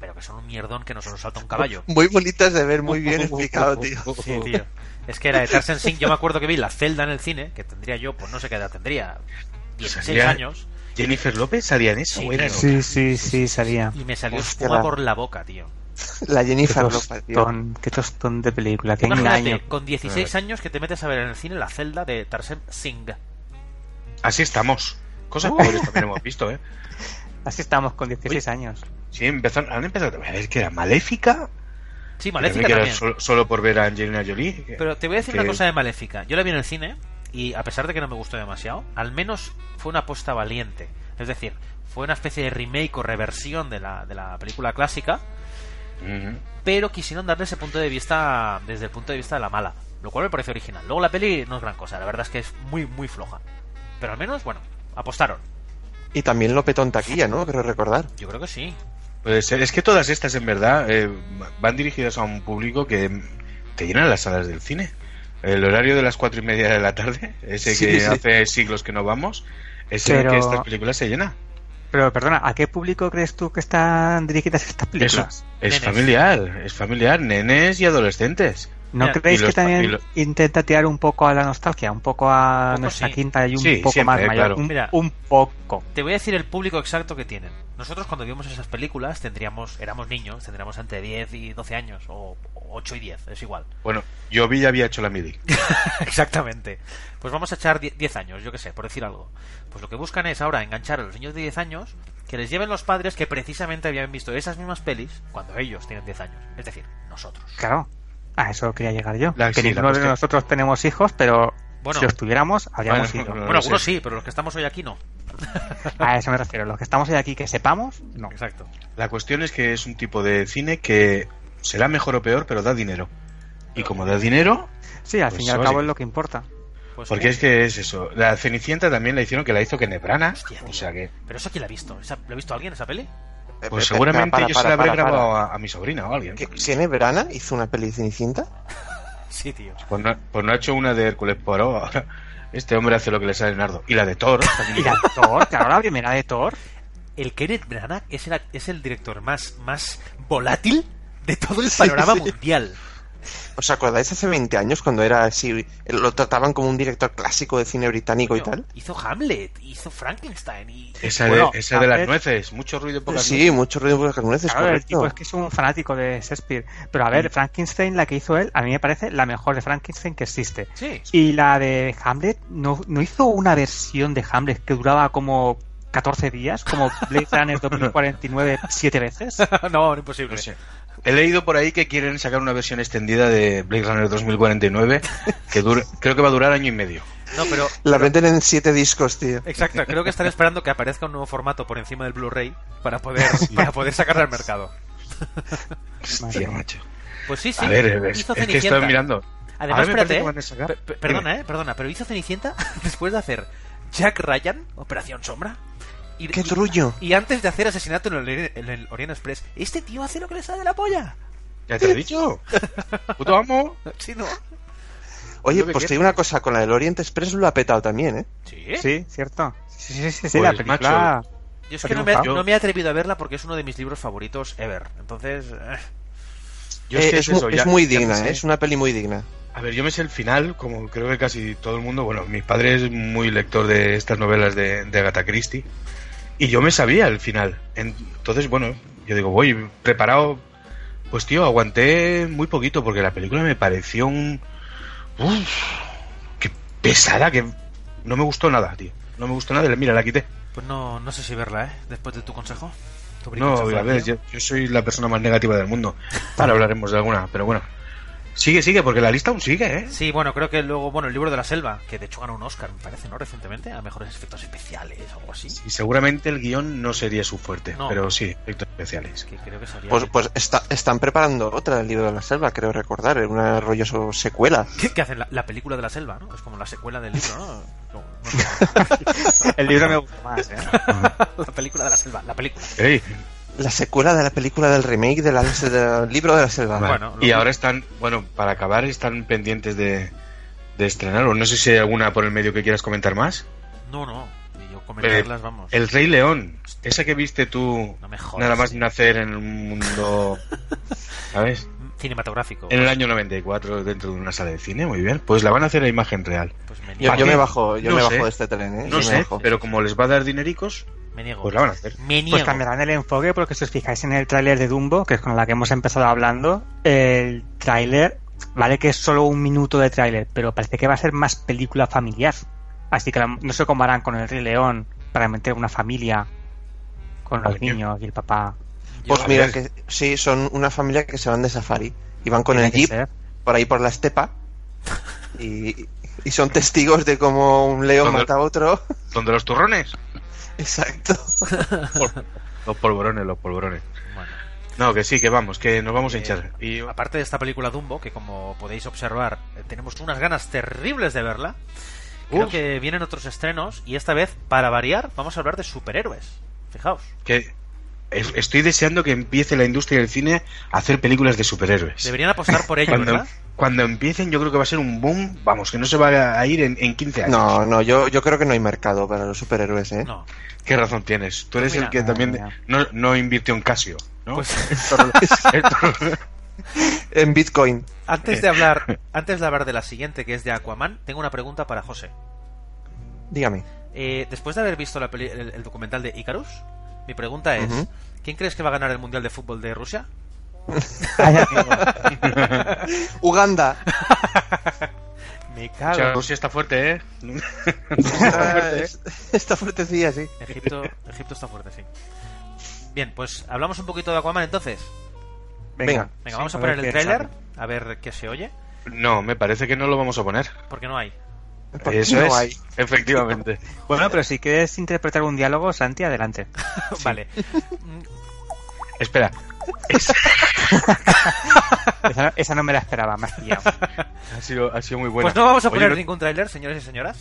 Speaker 5: pero que son un mierdón que no se nos salta un caballo.
Speaker 7: Muy bonitas de ver, muy bien explicado, tío.
Speaker 5: Sí, tío. Es que era de Tarsem Singh, yo me acuerdo que vi La Celda en el cine, que tendría yo, pues no sé qué edad tendría, 16
Speaker 8: Salía-
Speaker 5: años,
Speaker 8: Jennifer López salía en eso,
Speaker 5: Sí,
Speaker 8: o era en
Speaker 5: tío.
Speaker 6: Sí,
Speaker 8: otra?
Speaker 6: sí, sí, salía.
Speaker 5: y me salió
Speaker 7: Hostia,
Speaker 5: espuma
Speaker 7: la-
Speaker 5: por la boca, tío.
Speaker 7: La
Speaker 6: Qué
Speaker 7: Jennifer Lopez, tío.
Speaker 6: tostón, qué tostón de película, qué engaño.
Speaker 5: Imagínate, con 16 años que te metes a ver en el cine La Celda de Tarsem Singh.
Speaker 8: Así estamos. Cosas
Speaker 5: Uh.
Speaker 8: pobres también hemos visto, ¿eh?
Speaker 6: Así estamos con 16 años.
Speaker 8: Sí, empezaron, han empezado a ver que era maléfica.
Speaker 5: Sí,
Speaker 8: Que
Speaker 5: Maléfica
Speaker 8: era
Speaker 5: también.
Speaker 8: Solo, solo por ver a Angelina Jolie.
Speaker 5: Pero te voy a decir
Speaker 8: que-
Speaker 5: una cosa de Maléfica. Yo la vi en el cine y a pesar de que no me gustó demasiado, al menos fue una apuesta valiente. Es decir, fue una especie de remake o reversión de la, de la película clásica,
Speaker 8: Ujú.
Speaker 5: pero quisieron darle ese punto de vista desde el punto de vista de la mala, lo cual me parece original. Luego la peli no es gran cosa, la verdad es que es muy, muy floja. Pero al menos, bueno, apostaron.
Speaker 7: Y también lo petó en taquilla, ¿no? Creo recordar.
Speaker 5: Yo creo que sí.
Speaker 8: Pues eh, es que todas estas, en verdad, eh, van dirigidas a un público que mm, te llenan las salas del cine. El horario de las cuatro y media de la tarde, ese
Speaker 7: Sí,
Speaker 8: que
Speaker 7: sí.
Speaker 8: hace siglos que no vamos, es el
Speaker 6: Pero-
Speaker 8: que estas películas se llenan.
Speaker 6: Pero perdona, ¿a qué público crees tú que están dirigidas estas
Speaker 8: Eso
Speaker 6: películas?
Speaker 5: Nenes.
Speaker 8: es familiar, es familiar, nenes y adolescentes.
Speaker 6: ¿No
Speaker 5: Mira,
Speaker 6: creéis
Speaker 8: y los
Speaker 6: que también
Speaker 8: papilos.
Speaker 6: intenta tirar un poco a la nostalgia, un poco
Speaker 5: Un
Speaker 6: a
Speaker 5: poco
Speaker 6: nuestra
Speaker 5: sí.
Speaker 6: quinta y un
Speaker 8: Sí,
Speaker 6: poco
Speaker 8: siempre,
Speaker 6: más mayor?
Speaker 8: claro.
Speaker 6: Un,
Speaker 5: Mira.
Speaker 6: un poco.
Speaker 5: Te voy a decir el público exacto que tienen. Nosotros cuando vimos esas películas tendríamos, éramos niños, tendríamos entre 10 y 12 años, o 8 y 10, es igual.
Speaker 8: Bueno, yo vi ya había hecho la midi.
Speaker 5: Exactamente. Pues vamos a echar die- 10 años, yo qué sé, por decir algo. Pues lo que buscan es ahora enganchar a los niños de 10 años que les lleven los padres que precisamente habían visto esas mismas pelis cuando ellos tienen 10 años. Es decir, nosotros.
Speaker 6: Claro. A eso quería llegar yo.
Speaker 8: La-
Speaker 6: que
Speaker 8: sí, la
Speaker 6: ninguno de
Speaker 8: cuestión-
Speaker 6: nosotros tenemos hijos, pero
Speaker 5: Bueno.
Speaker 6: si los tuviéramos, habríamos
Speaker 8: Bueno,
Speaker 6: ido.
Speaker 8: no
Speaker 5: bueno,
Speaker 8: sé.
Speaker 5: algunos sí, pero los que estamos hoy aquí no.
Speaker 6: A eso me refiero. Los que estamos hoy aquí que sepamos, no.
Speaker 8: Pues
Speaker 5: Exacto.
Speaker 8: La cuestión es que es un tipo de cine que será mejor o peor, pero da dinero. Y como da dinero,
Speaker 6: Sí, al
Speaker 8: Pues
Speaker 6: fin y al
Speaker 8: sorry.
Speaker 6: cabo es lo que importa.
Speaker 5: Pues,
Speaker 8: porque es que es eso. La Cenicienta también la hicieron que la hizo que Nebrana.
Speaker 5: Hostia, tío.
Speaker 8: O sea que,
Speaker 5: Pero eso quién la ha visto? ¿Esa- ¿Lo ha visto alguien esa peli?
Speaker 7: Eh,
Speaker 8: pues
Speaker 7: espera,
Speaker 8: seguramente
Speaker 7: para,
Speaker 8: yo se
Speaker 7: para,
Speaker 8: la habré
Speaker 7: para, para.
Speaker 8: grabado a, a mi sobrina o a alguien.
Speaker 7: ¿Que ¿Tiene Verana? ¿Hizo una peli de Cenicienta?
Speaker 5: Sí, tío.
Speaker 8: Pues no, pues no ha hecho una de Hércules Poirot. ahora. Este hombre hace lo que le sale en Nardo. Y la de Thor. también.
Speaker 6: Y la Thor, claro, la primera de Thor.
Speaker 5: El Kenneth Branagh es el, es el director más, más volátil de todo el panorama
Speaker 7: sí.
Speaker 5: mundial.
Speaker 7: ¿Os acordáis hace 20 años cuando era así? Lo trataban como un director clásico de cine británico y
Speaker 5: Coño,
Speaker 7: tal.
Speaker 5: Hizo Hamlet, hizo Frankenstein y...
Speaker 8: Esa, de,
Speaker 6: Bueno,
Speaker 8: esa de las
Speaker 6: Hamlet.
Speaker 8: nueces. Mucho ruido, pocas
Speaker 7: Sí, mucho ruido por las nueces,
Speaker 6: Claro, el
Speaker 7: correcto.
Speaker 6: tipo es que es un fanático de Shakespeare. Pero a ver, Frankenstein, la que hizo él, a mí me parece la mejor de Frankenstein que existe.
Speaker 5: Sí.
Speaker 6: Y la de Hamlet, ¿no, no hizo una versión de Hamlet que duraba como 14 días? Como Blade Runner 2049 siete veces.
Speaker 5: no, no, imposible.
Speaker 8: No sé. He leído por ahí que quieren sacar una versión extendida de Blade Runner 2049 que dure- creo que va a durar año y medio.
Speaker 5: No, pero...
Speaker 7: La venden en siete discos, tío.
Speaker 5: Exacto, creo que están esperando que aparezca un nuevo formato por encima del Blu-ray para poder, para poder sacarla al mercado.
Speaker 8: Hostia, macho.
Speaker 5: Pues sí, sí.
Speaker 8: A ver, es,
Speaker 5: hizo
Speaker 8: es que
Speaker 5: Cenicienta.
Speaker 8: estoy mirando.
Speaker 5: Además,
Speaker 8: Ahora me parece
Speaker 5: espérate,
Speaker 8: que van a sacar-
Speaker 5: eh, per- perdona, eh, perdona, pero hizo Cenicienta después de hacer Jack Ryan, Operación Sombra. Y,
Speaker 7: ¡Qué
Speaker 5: y-
Speaker 7: trullo!
Speaker 5: y antes de hacer asesinato en el, Ori- en el Orient Express, este tío hace lo que le sale de la polla.
Speaker 8: Ya te he dicho. Puto amo.
Speaker 5: ¿Sí, no?
Speaker 7: Oye,
Speaker 8: Yo que
Speaker 7: pues te
Speaker 8: quiero.
Speaker 7: digo una cosa, con la del Oriente Express lo ha petado también, ¿eh?
Speaker 5: Sí.
Speaker 6: Sí, cierto. Sí, sí, sí, sí,
Speaker 8: Pues,
Speaker 6: la película.
Speaker 5: Yo es
Speaker 6: Ha
Speaker 5: que no me,
Speaker 6: triunfado.
Speaker 5: no me he atrevido a verla porque es uno de mis libros favoritos ever. Entonces, eh,
Speaker 8: Yo
Speaker 7: Eh,
Speaker 8: sé
Speaker 7: es,
Speaker 8: eso,
Speaker 7: mu-
Speaker 8: ya-
Speaker 7: es muy
Speaker 8: ya me
Speaker 7: digna,
Speaker 8: sé.
Speaker 7: ¿eh? es una peli muy digna.
Speaker 8: A ver, yo me sé el final, como creo que casi todo el mundo. Bueno, mi padre es muy lector de estas novelas de, de Agatha Christie. Y yo me sabía el final. En- Entonces, bueno, yo digo, voy preparado. Pues tío, aguanté muy poquito porque la película me pareció un. Uf, ¡Qué pesada! Que no me gustó nada, tío. No me gustó nada. Mira, la quité.
Speaker 5: pues no, no sé si verla, ¿eh? Después de tu consejo. Tu
Speaker 8: No,
Speaker 5: consejo
Speaker 8: a ver, yo,
Speaker 5: mío.
Speaker 8: yo soy la persona más negativa del mundo. Ahora hablaremos de alguna, pero bueno. Sigue, sigue, porque la lista aún sigue, ¿eh?
Speaker 5: Sí, bueno, creo que luego, bueno, el libro de la selva, que de hecho ganó un Oscar, me parece, ¿no? Recientemente, a mejores efectos especiales o algo así.
Speaker 8: Y seguramente el guión no sería su fuerte,
Speaker 5: No.
Speaker 8: pero sí, efectos especiales.
Speaker 5: Que creo que salía.
Speaker 7: Pues, pues está- están preparando otra del libro de la selva, creo recordar, una rollo so- secuela.
Speaker 5: ¿Qué, qué hacen? La, la película de la selva, ¿no? Es como la secuela del libro, ¿no? No,
Speaker 6: El libro me gusta más, ¿eh?
Speaker 5: no, la película de la selva, la película.
Speaker 8: Ey,
Speaker 7: La secuela de la película del remake de la- del libro de la selva.
Speaker 5: Vale.
Speaker 8: bueno,
Speaker 5: Ah, lo
Speaker 8: y
Speaker 5: que-
Speaker 8: ahora están, bueno, para acabar, están pendientes de, de estrenar, o no sé si hay alguna por el medio que quieras comentar más.
Speaker 5: No, no. Y yo comentarlas, vamos.
Speaker 8: El Rey León, esa que viste tú
Speaker 5: No me jodas,
Speaker 8: nada más
Speaker 5: tío.
Speaker 8: nacer en un mundo, ¿sabes?
Speaker 5: Cinematográfico.
Speaker 8: En el año 94 dentro de una sala de cine, muy bien. Pues la van a hacer a imagen real.
Speaker 5: Pues me
Speaker 7: Yo,
Speaker 5: niego.
Speaker 8: ¿Para
Speaker 7: yo
Speaker 8: qué?
Speaker 7: me bajo, yo
Speaker 8: No
Speaker 7: me
Speaker 8: sé.
Speaker 7: bajo de este tren, ¿eh? Yo
Speaker 8: No
Speaker 7: me
Speaker 8: sé,
Speaker 7: bajo.
Speaker 8: pero como les va a dar dinericos,
Speaker 5: Me niego.
Speaker 8: pues la van a hacer.
Speaker 5: Me niego.
Speaker 6: Pues cambiarán el enfoque porque si os fijáis en el tráiler de Dumbo, que es con la que hemos empezado hablando, el tráiler, vale que es solo un minuto de tráiler, pero parece que va a ser más película familiar. Así que la- no sé cómo harán con el Rey León para meter una familia con los
Speaker 8: Oye.
Speaker 6: niños y el papá.
Speaker 7: Pues
Speaker 8: Yo-
Speaker 7: mira, que sí, son una familia que se van de safari y van con
Speaker 6: Tiene
Speaker 7: el
Speaker 6: que
Speaker 7: jeep
Speaker 6: ser.
Speaker 7: por ahí por la estepa y, y son testigos de cómo un león
Speaker 8: Cuando-
Speaker 7: mata a otro.
Speaker 8: ¿Donde los turrones?
Speaker 7: Exacto.
Speaker 8: Los polvorones, los polvorones.
Speaker 5: Bueno.
Speaker 8: No, que sí, que vamos, que nos vamos a
Speaker 5: Eh,
Speaker 8: hinchar. Y
Speaker 5: Aparte de esta película Dumbo, que como podéis observar, eh, tenemos unas ganas terribles de verla. Creo
Speaker 8: Uf.
Speaker 5: que vienen otros estrenos y esta vez, para variar, vamos a hablar de superhéroes. Fijaos.
Speaker 8: que es- estoy deseando que empiece la industria del cine a hacer películas de superhéroes.
Speaker 5: Deberían apostar por ello,
Speaker 8: cuando,
Speaker 5: ¿verdad?
Speaker 8: cuando empiecen, yo creo que va a ser un boom, vamos, que no se va a ir en, en 15 años.
Speaker 7: No, no, yo, yo creo que no hay mercado para los superhéroes, ¿eh?
Speaker 5: No.
Speaker 8: ¿Qué razón tienes? Tú eres
Speaker 5: Mira.
Speaker 8: el que también
Speaker 6: Ah,
Speaker 8: no, no invirtió en Casio, ¿no?
Speaker 5: Pues-
Speaker 8: Esto no- esto-
Speaker 7: En Bitcoin.
Speaker 5: Antes de hablar, antes de hablar de la siguiente, que es de Aquaman, tengo una pregunta para José.
Speaker 7: Dígame.
Speaker 5: Eh, después de haber visto la peli- el, el documental de Icarus, mi pregunta es:
Speaker 7: Ujú.
Speaker 5: ¿quién crees que va a ganar el mundial de fútbol de Rusia?
Speaker 6: Ay, amigo.
Speaker 7: Uganda.
Speaker 5: Me
Speaker 8: O sea,
Speaker 5: cago.
Speaker 8: Rusia está fuerte, ¿eh?
Speaker 7: Ah, es- Está fuertecilla, sí.
Speaker 5: Egipto, Egipto está fuerte, sí. Bien, pues hablamos un poquito de Aquaman entonces.
Speaker 7: Venga.
Speaker 5: Venga,
Speaker 6: Sí,
Speaker 5: vamos a,
Speaker 6: ver
Speaker 5: poner el
Speaker 6: qué
Speaker 5: tráiler
Speaker 6: sale.
Speaker 5: a ver qué se oye,
Speaker 8: No, me parece que no lo vamos a poner.
Speaker 5: porque no hay.
Speaker 7: Porque
Speaker 8: Eso
Speaker 7: no
Speaker 8: es,
Speaker 7: hay.
Speaker 8: efectivamente.
Speaker 6: Bueno, pero si quieres interpretar un diálogo, Santi, adelante.
Speaker 5: vale.
Speaker 8: Espera,
Speaker 6: Esa no, esa no me la esperaba, más pillado.
Speaker 8: ha sido, ha sido muy bueno.
Speaker 5: Pues no vamos a poner
Speaker 8: Oye, no-
Speaker 5: ningún tráiler, señores y señoras.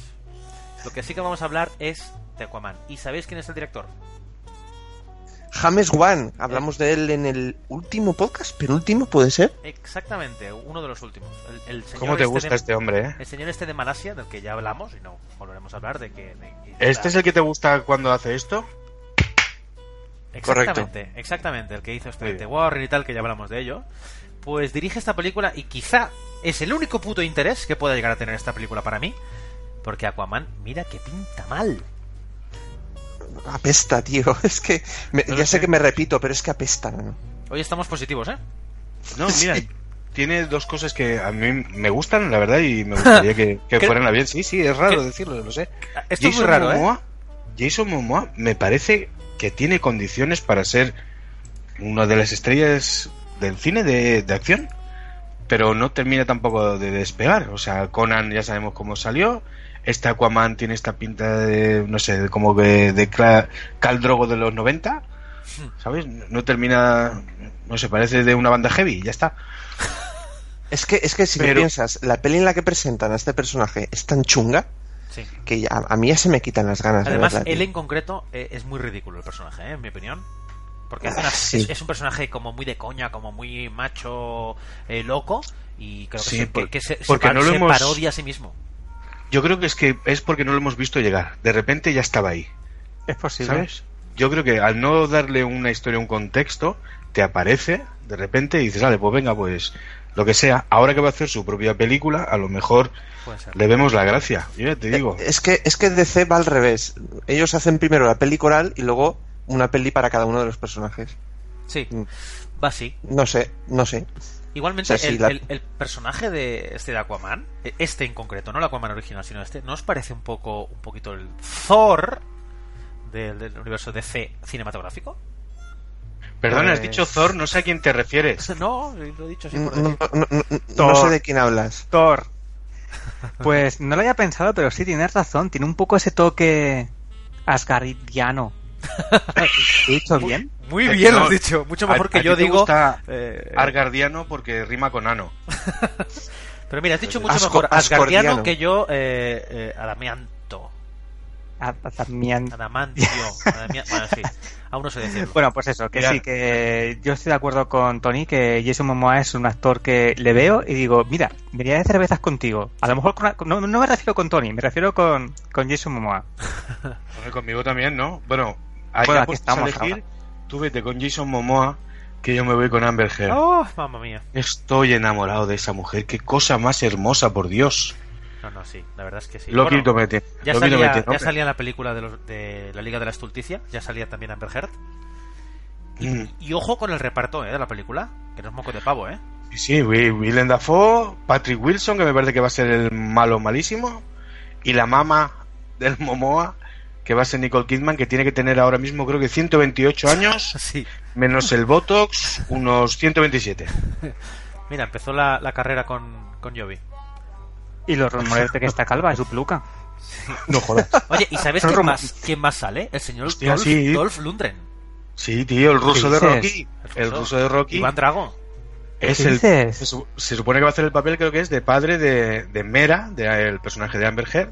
Speaker 5: Lo que sí que vamos a hablar es de Aquaman. ¿Y sabéis quién es el director?
Speaker 7: James Wan. Hablamos de él en el último podcast, penúltimo, puede ser.
Speaker 5: Exactamente, uno de los últimos. El, el señor
Speaker 8: ¿Cómo te
Speaker 5: este
Speaker 8: gusta
Speaker 5: de-
Speaker 8: este hombre, eh?
Speaker 5: El señor este de Malasia, del que ya hablamos y no volveremos a hablar de que... de-
Speaker 8: ¿Este es el que te gusta cuando hace esto?
Speaker 5: Exactamente, exactamente, el que hizo Expediente
Speaker 8: Muy
Speaker 5: Warren y tal, que ya hablamos de ello. Pues dirige esta película y quizá es el único puto interés que pueda llegar a tener esta película para mí. Porque Aquaman, mira que pinta mal.
Speaker 7: Apesta, tío. Es que me-
Speaker 8: No lo
Speaker 7: ya sé
Speaker 8: sé.
Speaker 7: que me repito, pero es que apesta, ¿no?
Speaker 5: Hoy estamos positivos, ¿eh?
Speaker 8: No,
Speaker 7: Sí.
Speaker 8: mira, tiene dos cosas que a mí me gustan, la verdad, y me gustaría que, que
Speaker 5: Creo-
Speaker 8: fueran a bien. Sí, sí, es raro
Speaker 5: Creo-
Speaker 8: decirlo, lo sé.
Speaker 5: Esto es muy raro, ¿eh?
Speaker 8: Momoa, Jason Momoa me parece que tiene condiciones para ser una de las estrellas del cine de, de acción, pero no termina tampoco de despegar. O sea, Conan ya sabemos cómo salió. Este Aquaman tiene esta pinta de, no sé, de como que de Cla- Khal Drogo de los 90. ¿Sabes? No termina. No se parece de una banda heavy, ya está.
Speaker 7: Es que, es que si
Speaker 8: Pero-
Speaker 7: lo piensas, la peli en la que presentan a este personaje es tan chunga
Speaker 5: Sí.
Speaker 7: que ya- a mí ya se me quitan las ganas. de
Speaker 5: Además,
Speaker 7: verla, tío.
Speaker 5: él en concreto eh, es muy ridículo el personaje, ¿eh? en mi opinión. Porque es,
Speaker 7: Ah,
Speaker 5: una-
Speaker 7: sí.
Speaker 5: es- es un personaje como muy de coña, como muy macho, eh, loco, y creo que,
Speaker 8: Sí,
Speaker 5: se,
Speaker 8: por-
Speaker 5: que se, se
Speaker 8: porque
Speaker 5: par-
Speaker 8: no lo
Speaker 5: se
Speaker 8: hemos-
Speaker 5: parodia a sí mismo.
Speaker 8: Yo creo que es que es porque no lo hemos visto llegar. De repente ya estaba ahí.
Speaker 6: Es posible.
Speaker 8: ¿Sabes? Yo creo que al no darle una historia, un contexto, te aparece de repente y dices, vale, pues venga, pues lo que sea, ahora que va a hacer su propia película, a lo mejor
Speaker 5: Puede ser.
Speaker 8: le vemos la gracia. Yo ya te digo,
Speaker 7: Es que, es que DC va al revés. Ellos hacen primero la peli coral y luego una peli para cada uno de los personajes.
Speaker 5: Sí,
Speaker 7: Mm.
Speaker 5: va así.
Speaker 7: No sé, no sé.
Speaker 5: Igualmente,
Speaker 7: O sea, sí,
Speaker 5: el,
Speaker 7: la-
Speaker 5: el- el personaje de este de Aquaman, eh, este en concreto, no el Aquaman original, sino este, ¿no os parece un poco, un poquito el Thor del, del universo DC cinematográfico?
Speaker 8: eh, perdona, has
Speaker 7: pues-
Speaker 8: dicho Thor, no sé a quién te refieres.
Speaker 5: No, lo he dicho así
Speaker 7: No,
Speaker 5: por
Speaker 8: Mm,
Speaker 7: no-
Speaker 5: decir.
Speaker 7: no- no- no
Speaker 6: Thor.
Speaker 7: sé de quién hablas.
Speaker 6: Thor. Pues no lo había pensado, pero sí, tienes razón. Tiene un poco ese toque asgardiano. ¿Lo he dicho bien?
Speaker 5: Muy bien lo
Speaker 8: No,
Speaker 5: has dicho, mucho
Speaker 8: a-
Speaker 5: mejor
Speaker 8: a
Speaker 5: que
Speaker 8: ti
Speaker 5: yo
Speaker 8: te
Speaker 5: digo.
Speaker 8: gusta
Speaker 5: eh,
Speaker 8: Argardiano porque rima con ano.
Speaker 5: Pero mira, has dicho mucho
Speaker 7: Asco-
Speaker 5: mejor asgardiano
Speaker 7: ascordiano.
Speaker 5: que yo eh, eh, adamanto.
Speaker 6: A- a- también.
Speaker 5: Adamantio. adamia- Bueno, sí. Aún no sé decirlo.
Speaker 6: Bueno, pues eso, que
Speaker 8: Mirad.
Speaker 6: sí, que yo estoy de acuerdo con Tony, que Jason Momoa es un actor que le veo y digo, mira, me iría de cervezas contigo. A lo mejor con- no, no me refiero con Tony, me refiero con, con Jason Momoa.
Speaker 8: Joder, conmigo también, ¿no? Bueno, ahí
Speaker 6: Bueno,
Speaker 8: ya
Speaker 6: aquí
Speaker 8: puestos
Speaker 6: estamos
Speaker 8: a elegir, tú vete con Jason Momoa, que yo me voy con Amber Heard.
Speaker 5: Oh, mamma mía.
Speaker 8: Estoy enamorado de esa mujer, qué cosa más hermosa, por Dios.
Speaker 5: No, no, sí. La verdad es que sí.
Speaker 8: Lo
Speaker 5: Bueno,
Speaker 8: quito mete.
Speaker 5: Ya
Speaker 8: lo quito
Speaker 5: salía,
Speaker 8: mete, ¿no?
Speaker 5: ya salía en la película de, los- de la Liga de la Estulticia, ya salía también Amber Heard.
Speaker 8: Mm.
Speaker 5: Y ojo con el reparto ¿eh? de la película, que no es moco de pavo, ¿eh?
Speaker 8: Sí, Sí, Wi- Willem Dafoe, Patrick Wilson, que me parece que va a ser el malo malísimo, y la mama del Momoa, que va a ser Nicole Kidman, que tiene que tener ahora mismo creo que 128 años,
Speaker 5: Sí.
Speaker 8: menos el Botox, unos 127.
Speaker 5: Mira, empezó la, la carrera con, con Jovi.
Speaker 6: Y los rumores de que está calva, es su peluca.
Speaker 8: No jodas.
Speaker 5: Oye, ¿y sabes
Speaker 6: Son
Speaker 5: quién
Speaker 6: rom-
Speaker 5: más, quién más sale? El señor
Speaker 8: Hostia,
Speaker 5: Dolph,
Speaker 8: sí.
Speaker 5: Dolph Lundgren.
Speaker 8: Sí, tío, el ruso de
Speaker 6: ¿Qué dices?
Speaker 8: Rocky. El ruso de Rocky
Speaker 5: Iván Drago.
Speaker 8: es
Speaker 6: ¿Qué
Speaker 8: el...
Speaker 6: dices?
Speaker 8: Se, su- se supone que va a hacer el papel, creo que es, de padre de, de Mera, del personaje de Amber Heard.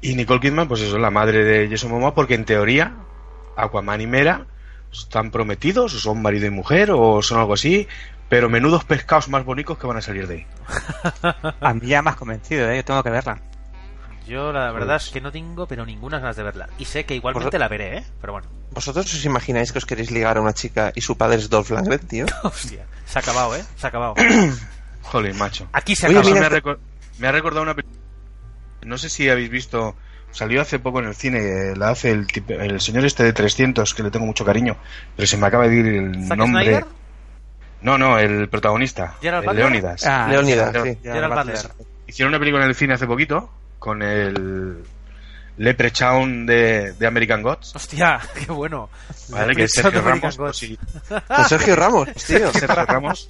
Speaker 8: Y Nicole Kidman, pues eso, la madre de Jason Momoa, porque en teoría Aquaman y Mera están prometidos, o son marido y mujer, o son algo así, pero menudos pescados más bonitos que van a salir de ahí.
Speaker 6: A mí ya me has convencido, ¿eh? Yo tengo que verla.
Speaker 5: Yo la
Speaker 8: Pues
Speaker 5: verdad es que no tengo, pero ninguna ganas de verla. Y sé que igualmente
Speaker 7: Por-
Speaker 5: la veré, ¿eh? Pero bueno,
Speaker 7: ¿Vosotros os imagináis que os queréis ligar a una chica y su padre es Dolph Lundgren, tío?
Speaker 5: hostia, se ha acabado, ¿eh? Se ha acabado.
Speaker 8: Jolín, macho.
Speaker 5: Aquí se
Speaker 7: Oye,
Speaker 5: acaba.
Speaker 8: Eso me,
Speaker 7: mira-
Speaker 8: ha recor- me ha recordado una película. No sé si habéis visto. Salió hace poco en el cine. eh, La hace el, tip- el señor este de 300, que le tengo mucho cariño. Pero se me acaba de ir el
Speaker 5: ¿Zack
Speaker 8: nombre.
Speaker 5: Snyder?
Speaker 8: No, no, el protagonista.
Speaker 5: ¿Gerard
Speaker 8: el
Speaker 5: Butler?
Speaker 8: Leónidas.
Speaker 6: Ah,
Speaker 7: Leonidas,
Speaker 8: claro.
Speaker 7: sí.
Speaker 5: Gerard Butler.
Speaker 8: Hicieron una película en el cine hace poquito. Con el. Leprechaun de, de American Gods.
Speaker 5: Hostia, qué bueno.
Speaker 8: ¿vale? Que
Speaker 5: Leprechaun
Speaker 8: es
Speaker 5: de
Speaker 8: Sergio
Speaker 5: American
Speaker 8: Ramos.
Speaker 5: Gods.
Speaker 8: pues, sí,
Speaker 7: Con Sergio Ramos, tío.
Speaker 8: Sergio Ramos.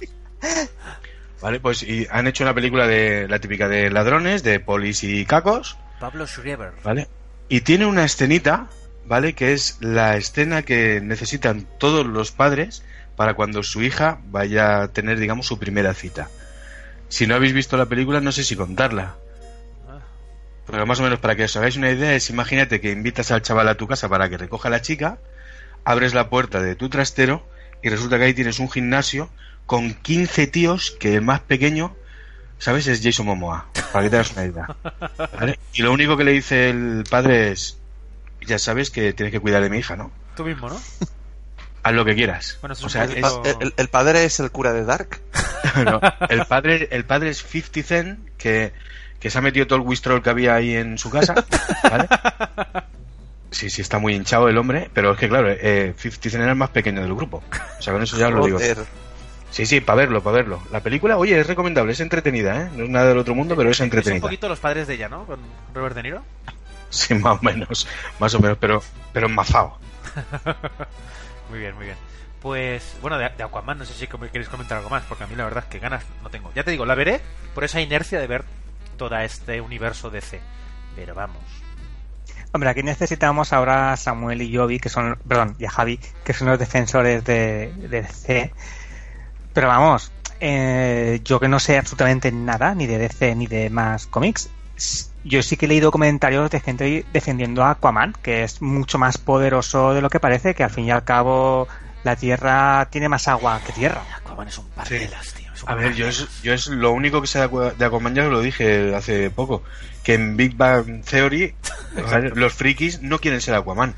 Speaker 8: Vale, pues y han hecho una película de la típica de ladrones, de polis y cacos.
Speaker 5: Pablo Schreiber.
Speaker 8: ¿Vale? Y tiene una escenita, ¿vale? Que es la escena que necesitan todos los padres para cuando su hija vaya a tener, digamos, su primera cita. Si no habéis visto la película, no sé si contarla. Pero más o menos para que os hagáis una idea es, imagínate que invitas al chaval a tu casa para que recoja a la chica, abres la puerta de tu trastero y resulta que ahí tienes un gimnasio con 15 tíos que el más pequeño, ¿sabes? Es Jason Momoa, para que te hagas una idea. ¿vale? Y lo único que le dice el padre es, ya sabes que tienes que cuidar de mi hija, ¿no?
Speaker 5: Tú mismo, ¿no?
Speaker 8: Haz lo que quieras.
Speaker 5: Bueno, eso
Speaker 8: o
Speaker 5: es
Speaker 8: sea,
Speaker 5: un
Speaker 8: es-
Speaker 5: poquito-
Speaker 7: El, el- el padre es el cura de Dark.
Speaker 8: no, el, padre, el padre es 50 Cent, que, que se ha metido todo el Wistrol que había ahí en su casa. ¿vale? Sí, sí, está muy hinchado el hombre, pero es que claro, eh, 50 Cent era el más pequeño del grupo. O sea, con eso ya lo digo.
Speaker 7: Joder.
Speaker 8: Sí, sí, para verlo, para verlo. La película, oye, es recomendable, es entretenida, ¿eh? No es nada del otro mundo, pero es
Speaker 5: Es un
Speaker 8: entretenida.
Speaker 5: poquito los padres de ella, ¿no? Con Robert De Niro.
Speaker 8: Sí, más o menos, más o menos, pero, pero enmazado.
Speaker 5: Muy bien, muy bien. Pues, bueno, de, de Aquaman no sé si com- queréis comentar algo más, porque a mí la verdad es que ganas no tengo. Ya te digo, la veré por esa inercia de ver todo este universo DC. Pero vamos.
Speaker 6: Hombre, aquí necesitamos ahora a Samuel y Jovi, que son, perdón, y a Javi, que son los defensores de, de DC. Pero vamos, eh, yo que no sé absolutamente nada, ni de DC ni de más cómics, s- yo sí que he leído comentarios de gente defendiendo a Aquaman, que es mucho más poderoso de lo que parece, que al fin y al cabo la Tierra tiene más agua que tierra.
Speaker 5: Aquaman es un par
Speaker 8: Sí.
Speaker 5: de las, tío. es un
Speaker 8: A ver,
Speaker 5: par
Speaker 8: yo
Speaker 5: de
Speaker 8: es,
Speaker 5: las.
Speaker 8: yo es lo único que sé de Aqua- de Aquaman, ya os lo dije hace poco, que en Big Bang Theory ¿vale? los frikis no quieren ser Aquaman.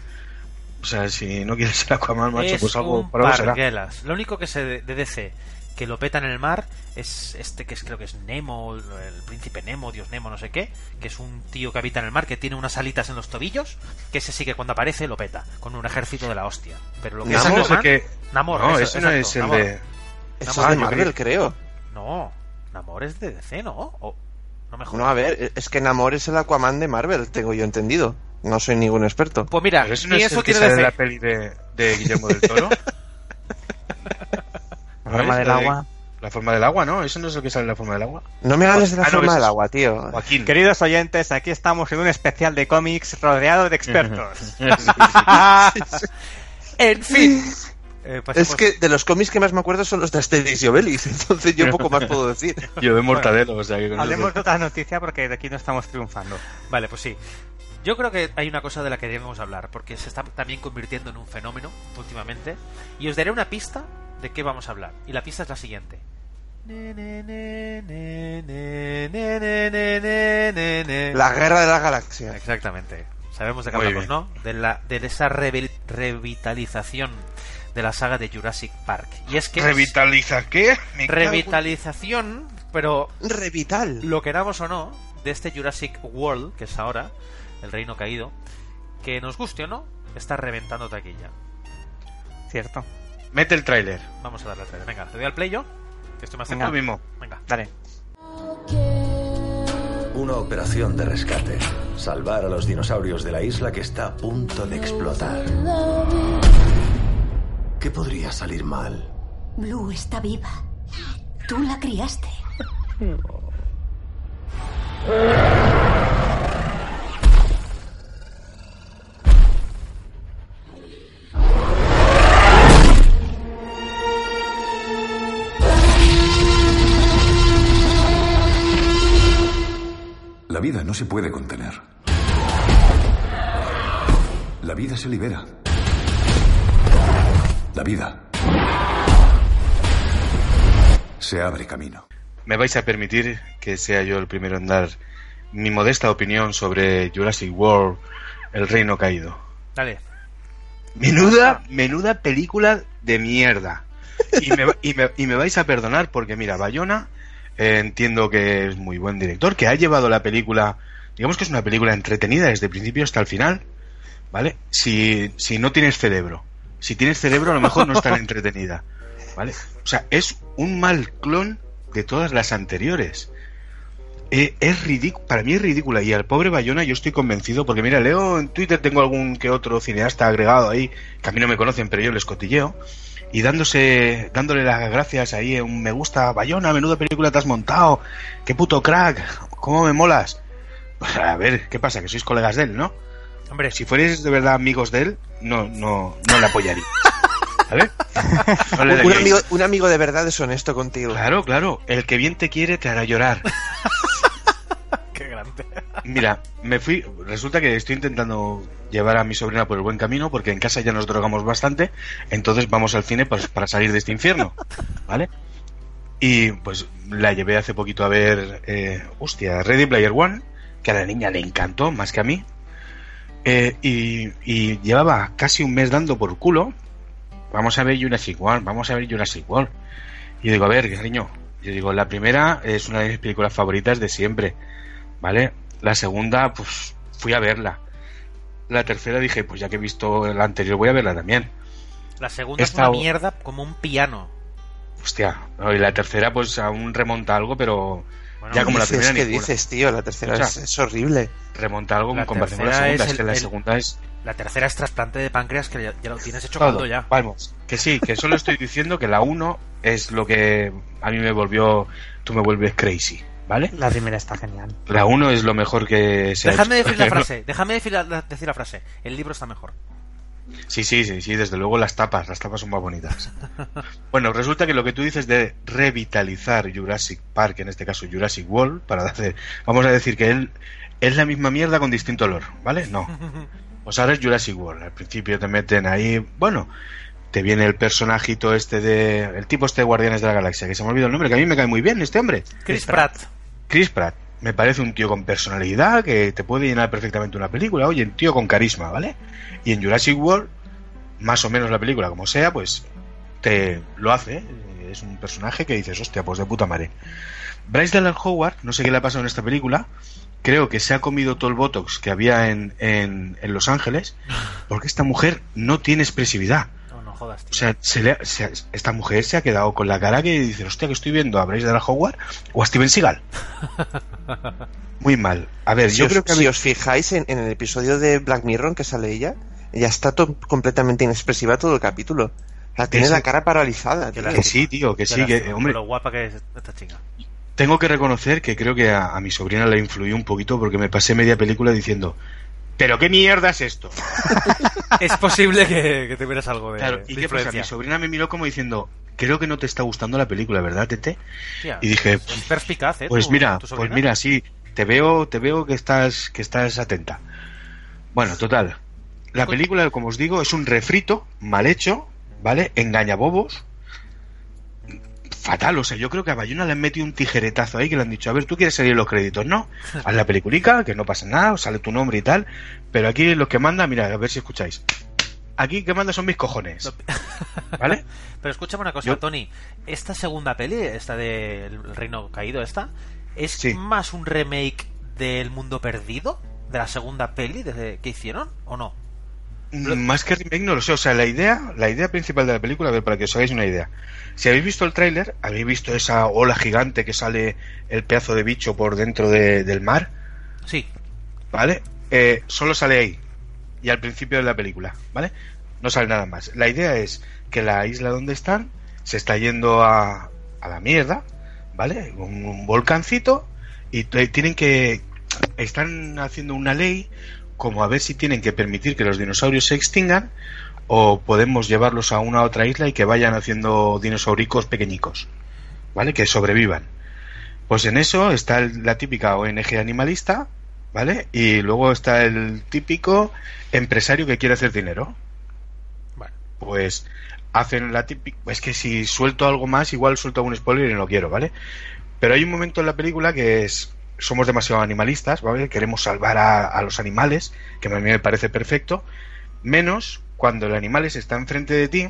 Speaker 8: O sea, si no quieren ser Aquaman, macho,
Speaker 5: es
Speaker 8: pues algo
Speaker 5: un
Speaker 8: para algo será.
Speaker 5: parguelas. Lo único que se de, de DC que lo petan en el mar es este que es, creo que es Nemo, el, el príncipe Nemo, Dios Nemo, no sé qué, que es un tío que habita en el mar que tiene unas alitas en los tobillos, que ese sí que cuando aparece lo peta, con un ejército de la hostia. Pero lo que es
Speaker 8: Ese no es el
Speaker 5: Aquaman-
Speaker 8: que...
Speaker 5: Namor,
Speaker 8: no,
Speaker 5: eso,
Speaker 8: ese no
Speaker 5: exacto,
Speaker 8: es el
Speaker 5: Namor.
Speaker 8: de...
Speaker 7: Eso
Speaker 5: Namor,
Speaker 7: es de
Speaker 8: yo
Speaker 7: Marvel, creo.
Speaker 5: No, Namor es de DC, ¿no? O- no me jodas.
Speaker 7: No, a ver, es que Namor es el Aquaman de Marvel, tengo yo entendido. No soy ningún experto.
Speaker 5: Pues mira,
Speaker 8: Pero ese no
Speaker 5: ni
Speaker 8: es
Speaker 5: eso
Speaker 8: el que
Speaker 5: tiene
Speaker 8: sale de
Speaker 5: DC.
Speaker 8: la peli de, de Guillermo del Toro.
Speaker 6: La forma del
Speaker 8: La de-
Speaker 6: agua.
Speaker 8: La forma del agua, ¿no? Eso no es el que sale en la forma del agua.
Speaker 7: No me hables de la
Speaker 8: Ah, no,
Speaker 7: forma
Speaker 8: ese
Speaker 7: del
Speaker 8: es-
Speaker 7: agua, tío.
Speaker 8: Joaquín.
Speaker 6: Queridos oyentes, aquí estamos en un especial de cómics rodeado de expertos.
Speaker 5: En fin. Eh, pues,
Speaker 7: Es
Speaker 5: pues,
Speaker 7: que de los cómics que más me acuerdo son los de Asterix y Obelix, entonces yo poco más puedo decir.
Speaker 8: Yo de Mortadelo, o sea que con
Speaker 6: Hablemos
Speaker 8: eso-
Speaker 6: de otra noticia porque de aquí no estamos triunfando.
Speaker 5: Vale, pues sí. Yo creo que hay una cosa de la que debemos hablar, porque se está también convirtiendo en un fenómeno últimamente. Y os daré una pista de qué vamos a hablar. Y la pista es la siguiente.
Speaker 7: La guerra de las galaxias.
Speaker 5: Exactamente. Sabemos de qué
Speaker 8: Muy
Speaker 5: hablamos,
Speaker 8: bien.
Speaker 5: ¿no? De, la, de esa revel- revitalización de la saga de Jurassic Park. Y es que...
Speaker 8: ¿Revitaliza qué? Me cago en-
Speaker 5: revitalización, pero
Speaker 7: Revital.
Speaker 5: lo queramos o no, de este Jurassic World, que es ahora, el reino caído, que nos guste o no, está reventando taquilla.
Speaker 6: Cierto.
Speaker 8: Mete el tráiler.
Speaker 5: Vamos a darle al trailer. Venga, te doy al play yo, que estoy más
Speaker 8: Es
Speaker 5: cerca.
Speaker 8: lo mismo.
Speaker 5: Venga.
Speaker 6: Dale.
Speaker 2: Una operación de rescate. Salvar a los dinosaurios de la isla que está a punto de explotar. ¿Qué podría salir mal?
Speaker 9: Blue está viva. Tú la criaste.
Speaker 10: La vida no se puede contener. La vida se libera. la vida, se abre camino.
Speaker 8: ¿Me vais a permitir que sea yo el primero en dar mi modesta opinión sobre Jurassic World, El Reino Caído?
Speaker 5: Dale.
Speaker 8: Menuda, menuda película de mierda. Y me, va- y me- y me vais a perdonar porque, mira, Bayona eh, entiendo que es muy buen director, que ha llevado la película, digamos que es una película entretenida desde el principio hasta el final, ¿vale? Si, si no tienes cerebro. Si tienes cerebro, a lo mejor no es tan entretenida, ¿vale? O sea, es un mal clon de todas las anteriores. Eh, es ridículo, para mí es ridícula y al pobre Bayona yo estoy convencido porque mira, leo en Twitter tengo algún que otro cineasta agregado ahí, que a mí no me conocen, pero yo les cotilleo y dándose dándole las gracias ahí en un me gusta, Bayona, menuda película te has montado, qué puto crack, cómo me molas. Pues, A ver, ¿qué pasa? Que sois colegas de él, ¿no?
Speaker 5: Hombre,
Speaker 8: Si fuerais de verdad amigos de él, no no no le apoyaría. ¿Vale? No le
Speaker 7: Un
Speaker 8: daríais.
Speaker 7: amigo, un amigo de verdad es honesto contigo.
Speaker 8: Claro, claro, el que bien te quiere te hará llorar.
Speaker 5: qué grande.
Speaker 8: Mira, me fui. Resulta que estoy intentando llevar a mi sobrina por el buen camino porque en casa ya nos drogamos bastante. Entonces vamos al cine pues, para salir de este infierno, ¿vale? Y pues la llevé hace poquito a ver, eh, hostia, Ready Player One, que a la niña le encantó más que a mí. Eh, y, y llevaba casi un mes dando por culo. Vamos a ver Jurassic World, vamos a ver Jurassic World. Y yo digo, a ver, cariño. Yo digo, la primera es una de mis películas favoritas de siempre. ¿vale? La segunda, pues fui a verla. La tercera dije, pues ya que he visto la anterior, voy a verla también.
Speaker 5: La segunda
Speaker 8: Esta
Speaker 5: es
Speaker 8: o-
Speaker 5: una mierda como un piano.
Speaker 8: Hostia, no, y la tercera, pues aún remonta algo, pero
Speaker 5: Bueno,
Speaker 8: Ya como la
Speaker 7: Dices,
Speaker 8: primera
Speaker 7: ¿Qué
Speaker 8: ninguna.
Speaker 7: dices, tío? La tercera
Speaker 8: O sea,
Speaker 7: es, es horrible.
Speaker 8: remonta algo
Speaker 5: La
Speaker 8: en comparación con la
Speaker 5: tercera
Speaker 8: segunda.
Speaker 5: es
Speaker 8: Es que
Speaker 5: el-
Speaker 8: la
Speaker 5: el-
Speaker 8: segunda es.
Speaker 5: La tercera es trasplante de páncreas que ya, ya lo tienes hecho
Speaker 8: todo.
Speaker 5: caldo ya.
Speaker 8: Vamos, que sí, que solo estoy diciendo que la 1 es lo que a mí me volvió. Tú me vuelves crazy, ¿vale?
Speaker 6: La primera está genial.
Speaker 8: La 1 es lo mejor que se ha
Speaker 5: Déjame
Speaker 8: hecho.
Speaker 5: decir la frase, déjame decir la, la- decir la frase. El libro está mejor.
Speaker 8: Sí, sí, sí, sí, desde luego las tapas, las tapas son más bonitas. Bueno, resulta que lo que tú dices de revitalizar Jurassic Park, en este caso Jurassic World, para hacer, vamos a decir que él es la misma mierda con distinto olor, ¿vale? No. Pues ahora es Jurassic World. Al principio te meten ahí, bueno, te viene el personajito este de, el tipo este de Guardianes de la Galaxia, que se me olvidó el nombre, que a mí me cae muy bien este hombre.
Speaker 5: Chris Pratt.
Speaker 8: Chris Pratt. Me parece un tío con personalidad que te puede llenar perfectamente una película. Oye, un tío con carisma, ¿vale? Y en Jurassic World, más o menos la película como sea, pues te lo hace. ¿eh? Es un personaje que dices, hostia, pues de puta madre. Bryce Dallas Howard, no sé qué le ha pasado en esta película. Creo que se ha comido todo el botox que había en, en- en Los Ángeles, porque esta mujer no tiene expresividad.
Speaker 5: No, no jodas, tío.
Speaker 8: O sea, se le ha- se- esta mujer se ha quedado con la cara que dice, hostia, que estoy viendo a Bryce Dallas Howard o a Steven Seagal. Muy mal. A ver,
Speaker 7: Si,
Speaker 8: yo
Speaker 7: os,
Speaker 8: creo que...
Speaker 7: si os fijáis en, en el episodio de Black Mirror que sale ella, ella está to- completamente inexpresiva todo el capítulo. O sea, tiene
Speaker 8: Ese-
Speaker 7: la cara paralizada.
Speaker 5: Que
Speaker 7: tío.
Speaker 5: la-
Speaker 8: Que sí, tío, que sí,
Speaker 5: Verás,
Speaker 8: que, hombre,
Speaker 5: Lo guapa que es esta chica.
Speaker 8: tengo que reconocer que creo que a, a mi sobrina le influyó un poquito porque me pasé media película diciendo, pero qué mierda es esto.
Speaker 5: Es posible que, que tuvieras algo de,
Speaker 8: Claro,
Speaker 5: de
Speaker 8: y qué pasa,
Speaker 5: influencia.
Speaker 8: mi sobrina me miró como diciendo, creo que no te está gustando la película, ¿verdad, Tete?
Speaker 5: Hostia,
Speaker 8: Y dije,
Speaker 5: es perspicaz, ¿eh?
Speaker 8: Pues
Speaker 5: tu-
Speaker 8: mira,
Speaker 5: tu
Speaker 8: pues
Speaker 5: sobrina.
Speaker 8: mira, sí, te veo, te veo que estás, que estás atenta. Bueno, total. La película, como os digo, es un refrito mal hecho, ¿vale? Engañabobos. Fatal, o sea, yo creo que a Bayona le han metido un tijeretazo ahí que le han dicho, a ver, tú quieres salir en los créditos, ¿no? Haz la peliculica, que no pasa nada, sale tu nombre y tal, pero aquí los que manda, mira, a ver si escucháis. Aquí que manda son mis cojones, ¿vale?
Speaker 5: Pero escúchame una cosa,
Speaker 8: Yo-
Speaker 5: Tony. Esta segunda peli, esta del Reino Caído, esta, ¿es
Speaker 8: Sí.
Speaker 5: más un remake del Mundo Perdido? ¿De la segunda peli desde que hicieron? ¿O no? Lo-
Speaker 8: Mm, Más que remake, no lo sé. O sea, la idea, la idea principal de la película, a ver, para que os hagáis una idea. Si habéis visto el tráiler, habéis visto esa ola gigante que sale el pedazo de bicho por dentro de- del mar,
Speaker 5: Sí.
Speaker 8: ¿vale? Eh, solo sale ahí. Y al principio de la película, ¿vale? No sale nada más. La idea es que la isla donde están se está yendo a, a la mierda, ¿vale? Un, un volcancito y t- tienen que... Están haciendo una ley como a ver si tienen que permitir que los dinosaurios se extingan o podemos llevarlos a una otra isla y que vayan haciendo dinosauricos pequeñicos, ¿vale? Que sobrevivan. Pues en eso está el- la típica ONG animalista, ¿vale? Y luego está el típico empresario que quiere hacer dinero.
Speaker 5: Bueno.
Speaker 8: Pues hacen la típica... Es que si suelto algo más, igual suelto algún spoiler y no lo quiero, ¿vale? Pero hay un momento en la película que es... Somos demasiado animalistas, ¿vale? Queremos salvar a, a los animales, que a mí me parece perfecto, menos cuando el animal se está enfrente de ti,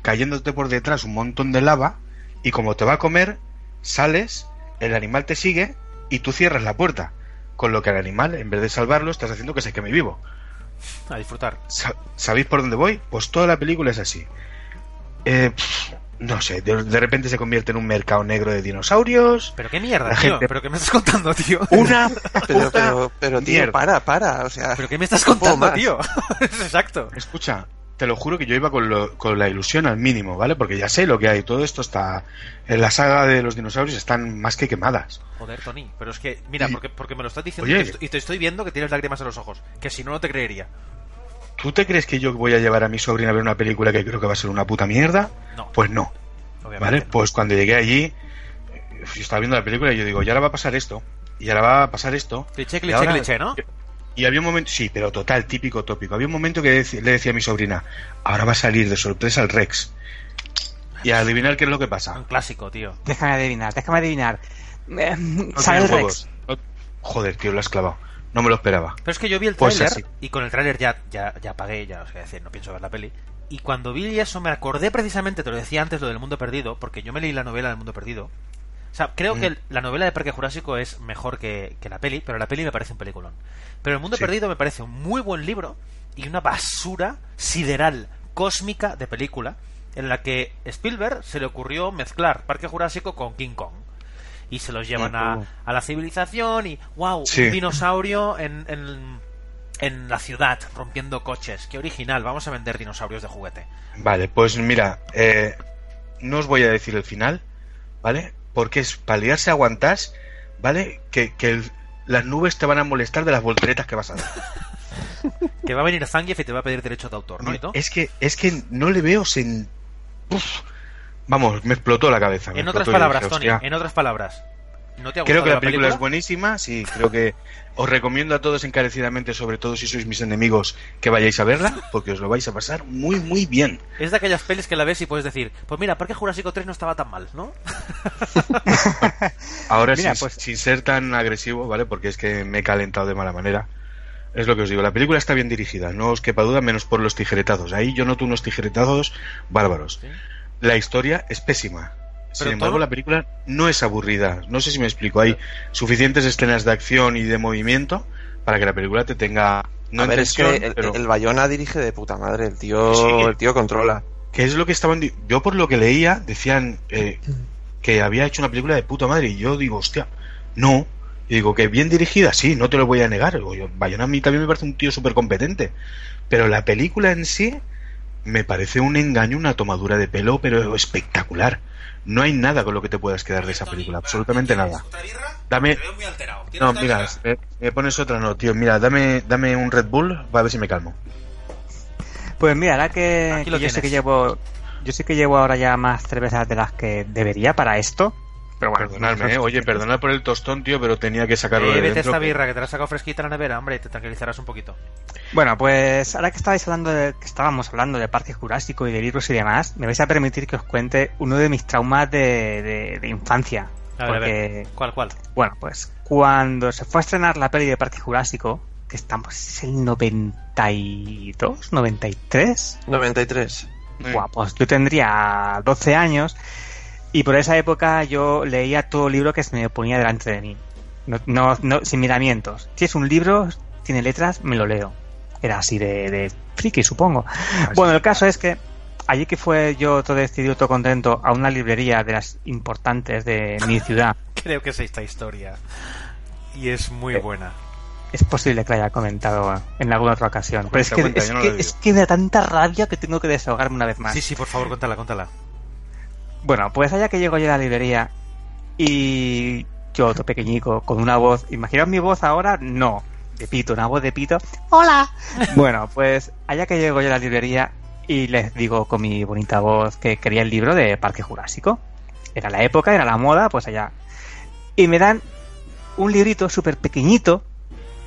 Speaker 8: cayéndote por detrás un montón de lava, y como te va a comer, sales, el animal te sigue y tú cierras la puerta. Con lo que al animal, en vez de salvarlo, estás haciendo que se queme vivo.
Speaker 5: A disfrutar.
Speaker 8: Sa- ¿Sabéis por dónde voy? Pues toda la película es así. Eh, pf, no sé, de, de repente se convierte en un mercado negro de dinosaurios.
Speaker 5: Pero qué mierda,
Speaker 8: La
Speaker 5: tío.
Speaker 8: gente-
Speaker 5: Pero qué me estás contando, tío.
Speaker 8: Una
Speaker 7: Pero,
Speaker 8: puta
Speaker 7: pero, pero tío,
Speaker 8: mierda.
Speaker 7: para, para. O sea,
Speaker 5: Pero qué me estás
Speaker 7: no puedo
Speaker 5: contando,
Speaker 7: más.
Speaker 5: tío. Exacto.
Speaker 8: Escucha, te lo juro que yo iba con, lo- con la ilusión al mínimo, ¿vale? Porque ya sé lo que hay. Todo esto está. En la saga de los dinosaurios están más que quemadas.
Speaker 5: Joder, Tony. Pero es que, mira,
Speaker 8: Y-
Speaker 5: porque, porque me lo estás diciendo
Speaker 8: Oye.
Speaker 5: y te, estoy, y te estoy viendo que tienes lágrimas en los ojos. Que si no, no te creería.
Speaker 8: ¿Tú te crees que yo voy a llevar a mi sobrina a ver una película que creo que va a ser una puta mierda?
Speaker 5: No,
Speaker 8: Pues no,
Speaker 5: obviamente.
Speaker 8: ¿vale?
Speaker 5: no.
Speaker 8: Pues cuando llegué allí, eh, yo estaba viendo la película y yo digo, y ahora va a pasar esto, y ahora va a pasar esto.
Speaker 5: Cliché,
Speaker 8: y
Speaker 5: cliché,
Speaker 8: ahora-
Speaker 5: cliché, ¿no?
Speaker 8: Y había un momento, sí, pero total, típico tópico. Había un momento que dec- le decía a mi sobrina, ahora va a salir de sorpresa el Rex. Y a adivinar qué es lo que pasa.
Speaker 5: Un clásico, tío.
Speaker 6: Déjame adivinar, déjame adivinar. Eh,
Speaker 8: No
Speaker 6: sale el
Speaker 8: tiene
Speaker 6: Rex.
Speaker 8: huevos. No- Joder, tío, lo has clavado. No me lo esperaba.
Speaker 5: Pero es que yo vi el
Speaker 8: Pues
Speaker 5: tráiler
Speaker 8: así.
Speaker 5: y con el tráiler ya, ya, ya pagué, ya os voy a decir, no pienso ver la peli. Y cuando vi eso me acordé precisamente, te lo decía antes, lo del mundo perdido, porque yo me leí la novela del mundo perdido. O sea,
Speaker 8: Mm.
Speaker 5: creo que el- la novela de Parque Jurásico es mejor que, que la peli, pero la peli me parece un peliculón. Pero El Mundo
Speaker 8: Sí.
Speaker 5: Perdido me parece un muy buen libro y una basura sideral, cósmica de película, en la que Spielberg se le ocurrió mezclar Parque Jurásico con King Kong. Y se los llevan a, a la civilización y wow,
Speaker 8: Sí.
Speaker 5: un dinosaurio en, en, en la ciudad rompiendo coches. Qué original, vamos a vender dinosaurios de juguete.
Speaker 8: Vale, pues mira, eh, no os voy a decir el final, ¿vale? Porque es para liarse aguantás, ¿vale? Que, que el- las nubes te van a molestar de las volteretas que vas a dar.
Speaker 5: Que va a venir Zangief y te va a pedir derecho de autor, ¿no? ¿Y todo?
Speaker 8: Es que, es que no le veo sin... Uf. Vamos, me explotó la cabeza. me
Speaker 5: En otras
Speaker 8: explotó y
Speaker 5: palabras,
Speaker 8: dije,
Speaker 5: Tony,
Speaker 8: hostia.
Speaker 5: en otras palabras. ¿No te ha gustado
Speaker 8: Creo que la película,
Speaker 5: película?
Speaker 8: es buenísima, sí, creo que os recomiendo a todos encarecidamente, sobre todo si sois mis enemigos, que vayáis a verla, porque os lo vais a pasar muy, muy bien.
Speaker 5: Es de aquellas pelis que la ves y puedes decir, pues mira, Parque Jurásico 3 no estaba tan mal, ¿no?
Speaker 8: Ahora
Speaker 6: Mira,
Speaker 8: sin,
Speaker 6: pues-
Speaker 8: sin ser tan agresivo, ¿vale? Porque es que me he calentado de mala manera. Es lo que os digo, la película está bien dirigida, no os quepa duda, menos por los tijeretados. Ahí yo noto unos tijeretados bárbaros.
Speaker 5: Sí.
Speaker 8: La historia es pésima. Sin
Speaker 5: Pero
Speaker 8: embargo,
Speaker 5: todo-
Speaker 8: la película no es aburrida. No sé si me explico. Hay suficientes escenas de acción y de movimiento para que la película te tenga. No
Speaker 7: a
Speaker 8: en
Speaker 7: ver, es que
Speaker 8: tensión,
Speaker 7: el,
Speaker 8: pero-
Speaker 7: el Bayona dirige de puta madre. El tío,
Speaker 8: Sí.
Speaker 7: el tío controla.
Speaker 8: que es lo que estaban di- yo por lo que leía decían eh, que había hecho una película de puta madre y yo digo hostia no y digo que bien dirigida sí no te lo voy a negar Digo, yo, Bayona a mí también me parece un tío súper competente pero la película en sí me parece un engaño una tomadura de pelo pero espectacular no hay nada con lo que te puedas quedar de esa película absolutamente nada dame no mira eh, me pones otra no tío mira dame dame un Red Bull va a ver si me calmo
Speaker 6: Pues mira, ahora que,
Speaker 5: Aquí
Speaker 6: que
Speaker 5: lo
Speaker 6: yo sé que
Speaker 5: tienes.
Speaker 6: llevo yo sé que llevo ahora ya más cervezas de las que debería para esto. Pero bueno,
Speaker 8: Perdonadme, eh. oye, perdonad por el tostón, tío, pero tenía que sacarlo de
Speaker 5: vete
Speaker 8: dentro.
Speaker 5: Eh, esta
Speaker 8: que-
Speaker 5: birra que te la has sacado fresquita en la nevera, hombre, te tranquilizarás un poquito.
Speaker 6: Bueno, pues ahora que estabais hablando de, que estábamos hablando de Parque Jurásico y de libros y demás, me vais a permitir que os cuente uno de mis traumas de, de- de infancia.
Speaker 5: A ver, a ver.
Speaker 6: Porque,
Speaker 5: ¿Cuál, cuál?
Speaker 6: bueno, pues cuando se fue a estrenar la peli de Parque Jurásico, que estamos, es el 92, 93,
Speaker 7: 93.
Speaker 6: Buah, pues yo tendría 12 años y por esa época yo leía todo libro que se me ponía delante de mí. No, no, no- sin miramientos. Si es un libro, tiene letras, me lo leo. Era así de, de friki, supongo. Bueno, el caso es que allí que fue yo todo decidido, todo contento, a una librería de las importantes de mi ciudad,
Speaker 5: Creo que es esta historia. Y es
Speaker 8: Eh,
Speaker 5: muy buena.
Speaker 6: es posible que la haya comentado en alguna otra ocasión. Pero es que,
Speaker 8: cuenta,
Speaker 6: es,
Speaker 8: yo no
Speaker 6: que-
Speaker 8: lo
Speaker 6: es
Speaker 8: digo.
Speaker 6: que me da tanta rabia que tengo que desahogarme una vez más.
Speaker 5: Sí, sí, por favor, cuéntala, cuéntala.
Speaker 6: Bueno, pues allá que llego yo a la librería y yo, otro pequeñico, con una voz, imaginaos mi voz ahora, no, de pito, una voz de pito, ¡hola! Bueno, pues allá que llego yo a la librería y les digo con mi bonita voz que quería el libro de Parque Jurásico. Era la época, era la moda, pues allá. Y me dan un librito súper pequeñito.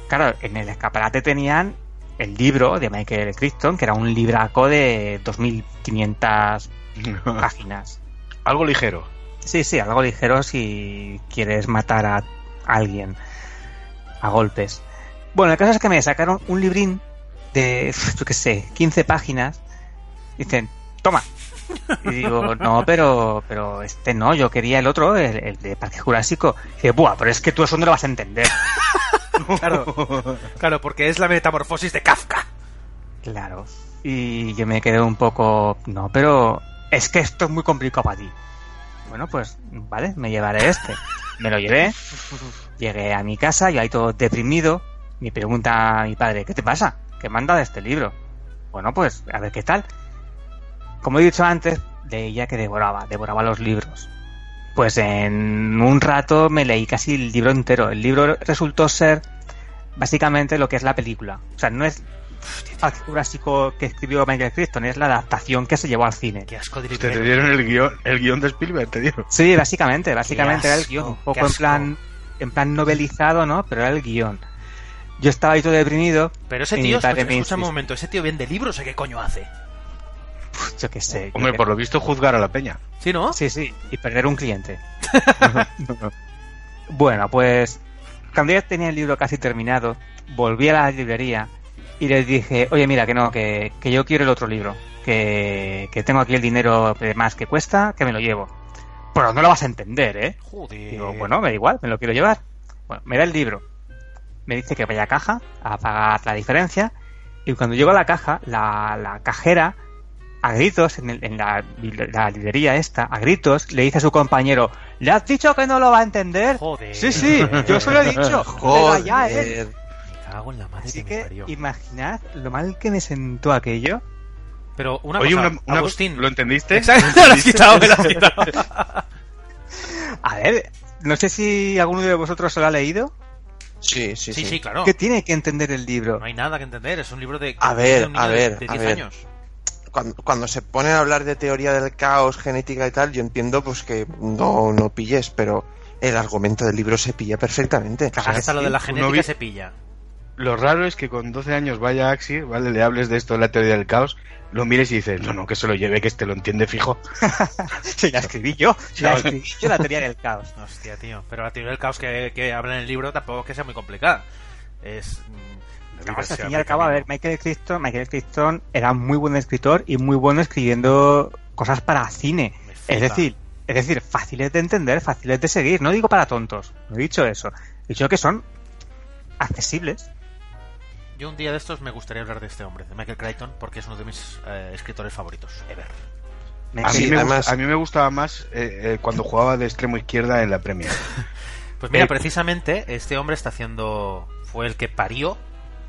Speaker 6: Claro, en el escaparate tenían el libro de Michael Crichton, que era un libraco de 2.500 páginas.
Speaker 8: Algo ligero.
Speaker 6: Sí, sí, algo ligero si quieres matar a alguien a golpes. Bueno, el caso es que me sacaron un librín de, yo qué sé, 15 páginas. Dicen, toma. Y digo, no, pero, pero este no, yo quería el otro, el, el de Parque Jurásico. Y dice, buah, pero es que tú eso no lo vas a entender.
Speaker 5: Claro, claro, porque es la metamorfosis de Kafka.
Speaker 6: Claro. Y yo me quedé un poco, no, pero es que esto es muy complicado para ti. Bueno, pues vale, me llevaré este. Me lo llevé. Llegué a mi casa, yo ahí todo deprimido. Me pregunta a mi padre, ¿qué te pasa? ¿Qué manda de este libro? Bueno, pues a ver qué tal. Como he dicho antes, leía que devoraba, devoraba los libros. Pues en un rato me leí casi el libro entero. El libro resultó ser básicamente lo que es la película. O sea, no es el clásico que escribió Michael Crichton, es la adaptación que se llevó al cine.
Speaker 5: Qué asco de
Speaker 8: Te, te
Speaker 5: libro.
Speaker 8: dieron el guión, el guión de Spielberg, te dieron.
Speaker 6: Sí, básicamente, básicamente
Speaker 5: Qué
Speaker 6: era el
Speaker 5: asco,
Speaker 6: guión. Un
Speaker 5: qué
Speaker 6: poco en
Speaker 5: asco.
Speaker 6: plan, en plan novelizado, ¿no? Pero era el guión. Yo estaba ahí todo deprimido.
Speaker 5: Pero ese
Speaker 6: y mi
Speaker 5: tío, escucha,
Speaker 6: padre me
Speaker 5: escucha un
Speaker 6: insiste,
Speaker 5: momento, ese tío vende libros, ¿o qué coño hace?
Speaker 6: "Puf, pues Yo qué sé. yo
Speaker 8: Hombre,
Speaker 6: qué
Speaker 8: por lo visto juzgar a la peña.
Speaker 5: ¿Sí, no?
Speaker 6: Sí, sí, y perder un cliente. bueno, pues cuando ya tenía el libro casi terminado, volví a la librería y les dije, oye, mira, que no, que, que yo quiero el otro libro, que, que tengo aquí el dinero de más que cuesta, que me lo llevo. Pero no lo vas a entender, ¿eh?
Speaker 5: Joder.
Speaker 6: Digo, bueno, me da igual, me lo quiero llevar. Bueno, me da el libro. Me dice que vaya a caja a pagar la diferencia. Y cuando llego a la caja, la, la cajera, a gritos, en, el- en la, bibli- la librería esta, a gritos, le dice a su compañero, ¿le has dicho que no lo va a entender?
Speaker 5: Joder.
Speaker 6: Sí, sí, yo se lo he dicho. Pero ya ¿eh? él.
Speaker 7: Joder.
Speaker 5: Me cago en la madre que
Speaker 6: Así
Speaker 5: me
Speaker 6: que
Speaker 5: parió.
Speaker 6: imaginad lo mal que me sentó aquello.
Speaker 5: Pero una
Speaker 8: Oye,
Speaker 5: cosa,
Speaker 8: una- una-
Speaker 5: Agustín.
Speaker 8: ¿Lo entendiste?
Speaker 5: Exacto, me lo has quitado, me lo has quitado.
Speaker 6: A ver, no sé si alguno de vosotros lo ha leído.
Speaker 7: Sí, sí, sí.
Speaker 5: Sí, sí, claro.
Speaker 6: ¿Qué tiene que entender el libro?
Speaker 5: No hay nada que entender, es un libro de...
Speaker 7: A ver,
Speaker 5: de un niño
Speaker 7: a ver,
Speaker 5: de, de
Speaker 7: a
Speaker 5: 10
Speaker 7: ver.
Speaker 5: años.
Speaker 7: Cuando, cuando se ponen a hablar de teoría del caos, genética y tal, yo entiendo pues que no, no pilles, pero el argumento del libro se pilla perfectamente.
Speaker 5: Claro, hasta Pues lo de la
Speaker 8: un
Speaker 5: genética
Speaker 8: novi-
Speaker 5: se pilla.
Speaker 8: Lo raro es que con 12 años vaya a Axi, ¿vale? Le hables de esto de la teoría del caos, lo mires y dices, no, no, que se lo lleve, que este lo entiende fijo.
Speaker 6: Sí, la escribí yo. La escribí yo, la teoría del caos.
Speaker 5: Hostia, tío. Pero la teoría del caos que, que habla en el libro tampoco es que sea muy complicada. Es... mm,
Speaker 6: Lo que
Speaker 8: pues
Speaker 5: sea
Speaker 6: pasa, al fin y
Speaker 5: muy
Speaker 6: al cabo, a
Speaker 5: camino.
Speaker 6: ver, Michael Crichton, Michael Crichton era muy buen escritor y muy bueno escribiendo cosas para cine.
Speaker 5: Me flipa.
Speaker 6: Es decir, es decir, fáciles de entender, fáciles de seguir. No digo para tontos, no he dicho eso. He dicho que son accesibles.
Speaker 5: Yo un día de estos me gustaría hablar de este hombre, de Michael Crichton, porque es uno de mis eh, escritores favoritos, ever.
Speaker 8: A,
Speaker 7: Sí,
Speaker 8: mí, me gust-
Speaker 7: además-
Speaker 8: a mí me gustaba más eh, eh, cuando jugaba de extremo izquierda en la Premier.
Speaker 5: Pues mira,
Speaker 8: Eh,
Speaker 5: precisamente este hombre está haciendo. fue el que parió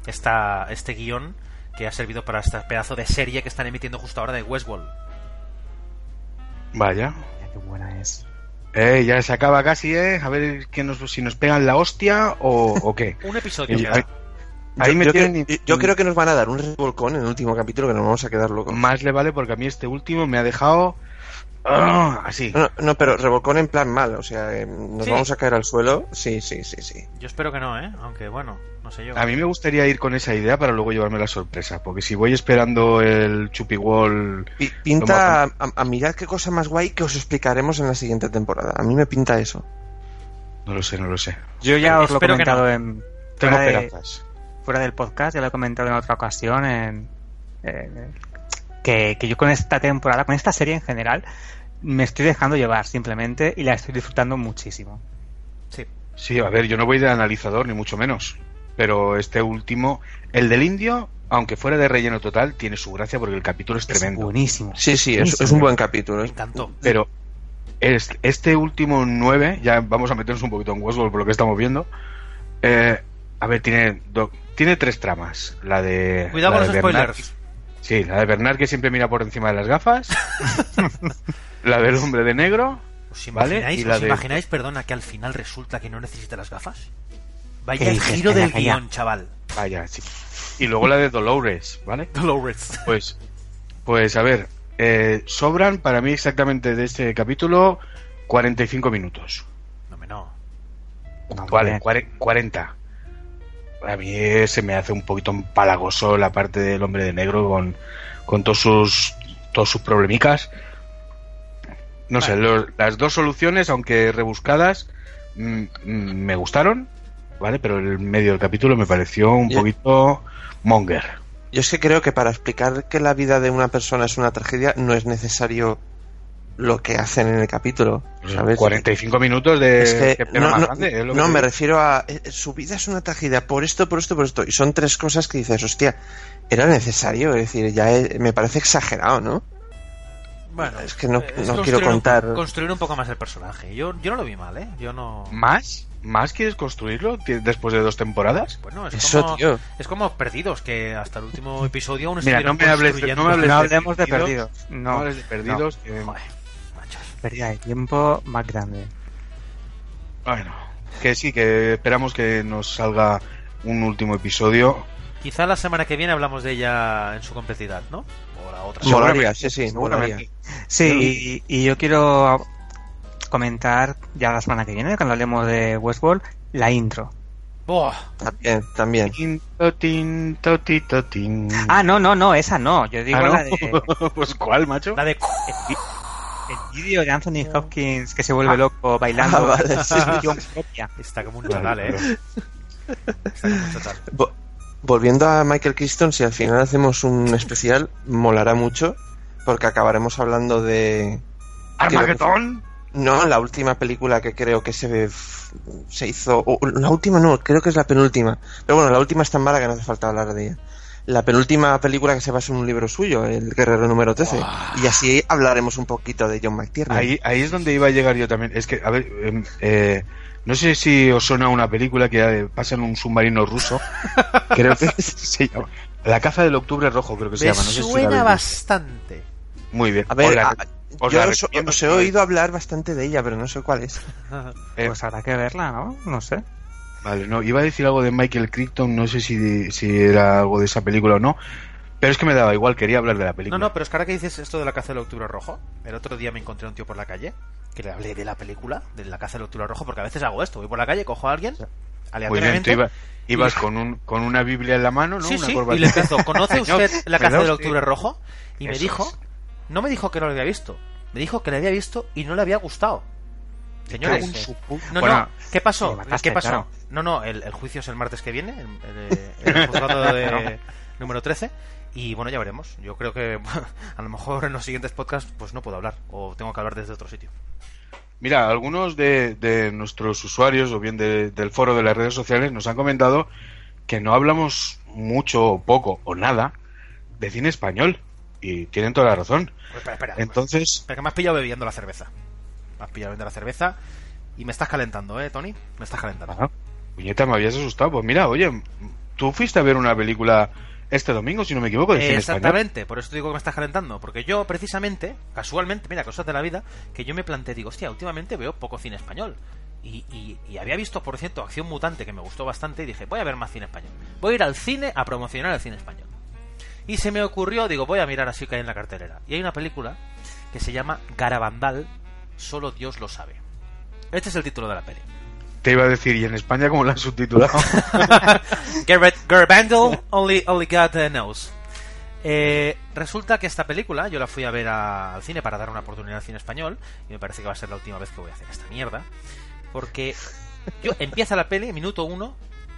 Speaker 5: esta, este guión que ha servido para este pedazo de serie que están emitiendo justo ahora de Westworld.
Speaker 8: Vaya.
Speaker 6: Mira qué buena es.
Speaker 8: Eh, ya se acaba casi, ¿eh? A ver que nos, si nos pegan la hostia o, o qué.
Speaker 5: Un episodio
Speaker 8: Y-
Speaker 5: queda.
Speaker 8: ahí- ahí me
Speaker 7: yo,
Speaker 8: tienen-
Speaker 7: creo, yo creo que nos van a dar un revolcón en el último capítulo que nos vamos a quedar locos.
Speaker 8: Más le vale porque a mí este último me ha dejado... ah, así.
Speaker 7: No, no, pero revolcón en plan mal, o sea, eh, nos
Speaker 5: Sí.
Speaker 7: vamos a caer al suelo. Sí, sí, sí, sí.
Speaker 5: Yo espero que no, ¿eh? Aunque bueno, no sé yo.
Speaker 8: A mí me gustaría ir con esa idea para luego llevarme la sorpresa, porque si voy esperando el chupigol...
Speaker 7: Pi- Pinta a, a- a mirad qué cosa más guay que os explicaremos en la siguiente temporada. A mí me pinta eso.
Speaker 8: No lo sé, no lo sé.
Speaker 6: Yo ya os lo he
Speaker 5: Espero que
Speaker 6: comentado en.
Speaker 8: Tengo
Speaker 6: fuera de-
Speaker 8: esperanzas.
Speaker 6: fuera del podcast, ya lo he comentado en otra ocasión, en- en- que, que yo con esta temporada, con esta serie en general, me estoy dejando llevar simplemente y la estoy disfrutando muchísimo.
Speaker 5: Sí.
Speaker 8: Sí, a ver, yo no voy de analizador, ni mucho menos. Pero este último, el del indio, aunque fuera de relleno total, tiene su gracia porque el capítulo es
Speaker 6: Es
Speaker 8: tremendo.
Speaker 6: buenísimo.
Speaker 7: Sí, sí, es, es un buen capítulo.
Speaker 5: Me encantó.
Speaker 8: Pero es- este último 9, ya vamos a meternos un poquito en Westworld por lo que estamos viendo. eh, a ver, tiene, do- tiene tres tramas. La de.
Speaker 5: Cuidado
Speaker 8: la
Speaker 5: con los
Speaker 8: de Bernard-
Speaker 5: spoilers.
Speaker 8: Sí, la de Bernard que siempre mira por encima de las gafas. la del hombre de negro.
Speaker 5: ¿Os
Speaker 8: ¿Vale?
Speaker 5: imagináis,
Speaker 8: Y la
Speaker 5: os
Speaker 8: de-
Speaker 5: imagináis, perdona, que al final resulta que no necesita las gafas? Vaya
Speaker 6: ¿Qué
Speaker 5: el
Speaker 6: dices?
Speaker 5: giro del
Speaker 6: Calla, calla.
Speaker 5: guión, chaval.
Speaker 8: Vaya, sí. Y luego la de Dolores, ¿vale?
Speaker 5: Dolores.
Speaker 8: Pues, pues a ver, eh, sobran para mí exactamente de este capítulo 45 minutos.
Speaker 5: No, me no.
Speaker 6: No, hombre.
Speaker 8: Vale, cuare- 40. a mí eh, se me hace un poquito empalagoso la parte del hombre de negro con, con todos sus todos sus problemicas. No sé, lo- las dos soluciones, aunque rebuscadas, mm, mm, me gustaron, ¿vale? Pero el medio del capítulo me pareció un
Speaker 7: Ye-
Speaker 8: poquito monger.
Speaker 7: Yo es que creo que para explicar que la vida de una persona es una tragedia no es necesario lo que hacen en el capítulo,
Speaker 8: Mm,
Speaker 7: ¿sabes?
Speaker 8: 45 minutos de...
Speaker 7: Es que
Speaker 8: ¿qué pena
Speaker 7: no,
Speaker 8: más
Speaker 7: no-
Speaker 8: grande, es lo
Speaker 7: no,
Speaker 8: que
Speaker 7: me
Speaker 8: te-
Speaker 7: refiero a eh, eh, su vida es una tragedia por esto, por esto, por esto. Y son tres cosas que dices, hostia, era necesario, es decir, ya eh, me parece exagerado, ¿no?
Speaker 5: Bueno,
Speaker 7: Es que no-
Speaker 5: eh,
Speaker 7: no
Speaker 5: construir
Speaker 7: quiero
Speaker 5: un-
Speaker 7: contar.
Speaker 5: construir un poco más el personaje. Yo, yo no lo vi mal, ¿eh? Yo no.
Speaker 8: Mm. ¿Más? ¿Más quieres construirlo ti- después de dos temporadas?
Speaker 5: Bueno, es
Speaker 7: Eso,
Speaker 5: como,
Speaker 7: tío.
Speaker 5: es como perdidos, que hasta el último episodio aún
Speaker 8: Mira,
Speaker 5: estuvieron
Speaker 8: no me hables de-
Speaker 5: construyendo.
Speaker 8: no me hables
Speaker 6: No
Speaker 8: de
Speaker 6: hablemos de
Speaker 8: perdidos.
Speaker 6: perdidos.
Speaker 8: No,
Speaker 6: No,
Speaker 8: hables de perdidos. que-
Speaker 5: Joder, macho.
Speaker 6: pérdida de tiempo más grande.
Speaker 8: Bueno, que sí, que esperamos que nos salga un último episodio.
Speaker 5: Quizá la semana que viene hablamos de ella en su complejidad, ¿no? O la otra.
Speaker 8: Mola.
Speaker 7: Molaría, sí, sí, molaría.
Speaker 8: Seguramente.
Speaker 6: Sí, y, y yo quiero comentar ya la semana que viene, cuando hablemos de Westworld, la intro.
Speaker 5: Buah,
Speaker 7: También, también.
Speaker 8: Tin, totin, totitotin.
Speaker 6: Ah, no, no, no, esa no. Yo digo
Speaker 8: Ah, ¿no?
Speaker 6: la de
Speaker 8: pues ¿cuál, macho?
Speaker 5: la de.
Speaker 6: el vídeo de Anthony Hopkins que se vuelve loco bailando.
Speaker 7: Ah, vale, sí, sí.
Speaker 6: Guión propia.
Speaker 5: Está como un chatal, ¿eh? Está como un chatal.
Speaker 7: Vo- Volviendo a Michael Keaton, si al final hacemos un especial, molará mucho, porque acabaremos hablando de...
Speaker 8: ¿Armagedón?
Speaker 7: No, la última película que creo que se, ve- se hizo... o- la última no, creo que es la penúltima. Pero bueno, la última es tan mala que no hace falta hablar de ella. La penúltima película que se basa en un libro suyo, El Guerrero número 13. Y así hablaremos un poquito de John McTiernan.
Speaker 8: Ahí, ahí es donde iba a llegar yo también. Es que, a ver, em, eh, no sé si os suena una película que eh, pasa en un submarino ruso. creo que se llama. La caza del octubre rojo, creo que se
Speaker 5: Me
Speaker 8: llama. No sé si la
Speaker 5: suena
Speaker 8: habéis visto.
Speaker 5: bastante.
Speaker 8: Muy bien.
Speaker 7: A ver,
Speaker 8: Os la-
Speaker 7: a-
Speaker 8: os
Speaker 7: yo
Speaker 8: la
Speaker 7: os,
Speaker 8: recomiendo
Speaker 7: os
Speaker 8: si
Speaker 7: he
Speaker 8: queréis.
Speaker 7: oído hablar bastante de ella, pero no sé cuál es.
Speaker 8: Eh,
Speaker 6: Pues habrá que verla, ¿no? No sé.
Speaker 8: Vale, no, iba a decir algo de Michael Crichton, no sé si, si era algo de esa película o no, pero es que me daba igual, quería hablar de la
Speaker 5: No,
Speaker 8: película.
Speaker 5: no, pero es que ahora que dices esto de la caza del octubre rojo, el otro día me encontré a un tío por la calle que le hablé de la película, de la caza del octubre rojo, porque a veces hago esto, voy por la calle, cojo a alguien,
Speaker 8: Muy bien, tú
Speaker 5: aleatoriamente,
Speaker 8: iba- ibas con, un, con una Biblia en la mano, ¿no?
Speaker 5: sí,
Speaker 8: Una
Speaker 5: sí,
Speaker 8: corbata.
Speaker 5: y le empezó, ¿conoce
Speaker 8: Señor,
Speaker 5: usted la
Speaker 8: me da
Speaker 5: caza del
Speaker 8: usted-
Speaker 5: octubre rojo? Y me
Speaker 8: Eso
Speaker 5: dijo,
Speaker 8: es.
Speaker 5: no me dijo que no lo había visto, me dijo que le había visto y no le había gustado. Señora,
Speaker 6: Cago en
Speaker 5: es-
Speaker 6: su pu-
Speaker 5: no,
Speaker 8: Bueno,
Speaker 5: no, ¿qué pasó?
Speaker 6: me mataste,
Speaker 5: ¿Qué pasó?
Speaker 6: claro.
Speaker 5: No, no, el, el juicio es el martes que viene, el, eh, el- el juzgado de número 13. Y bueno, ya veremos. Yo creo que a lo mejor en los siguientes podcasts pues no puedo hablar o tengo que hablar desde otro sitio.
Speaker 8: Mira, algunos de, de nuestros usuarios o bien de- del foro de las redes sociales nos han comentado que no hablamos mucho o poco o nada de cine español y tienen toda la razón.
Speaker 5: Pues espera, espera.
Speaker 8: Entonces,
Speaker 5: Espera, que me has pillado bebiendo la cerveza. Me has pillado bebiendo la cerveza y me estás calentando, ¿eh, Tony? Me estás calentando.
Speaker 8: Ajá. Puñeta, me habías asustado. Pues mira, oye, tú fuiste a ver una película este domingo, si no me equivoco, de cine español.
Speaker 5: Exactamente, por eso te digo que me estás calentando. Porque yo, precisamente, casualmente, mira, cosas de la vida, que yo me planteé, digo, hostia, últimamente veo poco cine español. Y, y- y había visto, por cierto, Acción Mutante, que me gustó bastante, y dije, voy a ver más cine español. Voy a ir al cine a promocionar el cine español. Y se me ocurrió, digo, voy a mirar así que hay en la cartelera. Y hay una película que se llama Garabandal, solo Dios lo sabe. Este es el título de la peli.
Speaker 8: Te iba a decir, ¿y en España cómo la han subtitulado?
Speaker 5: Garrett Garabandal, only, only God uh, knows. Eh, resulta que esta película yo la fui a ver a- al cine para dar una oportunidad al cine español y me parece que va a ser la última vez que voy a hacer esta mierda porque yo empieza la peli minuto uno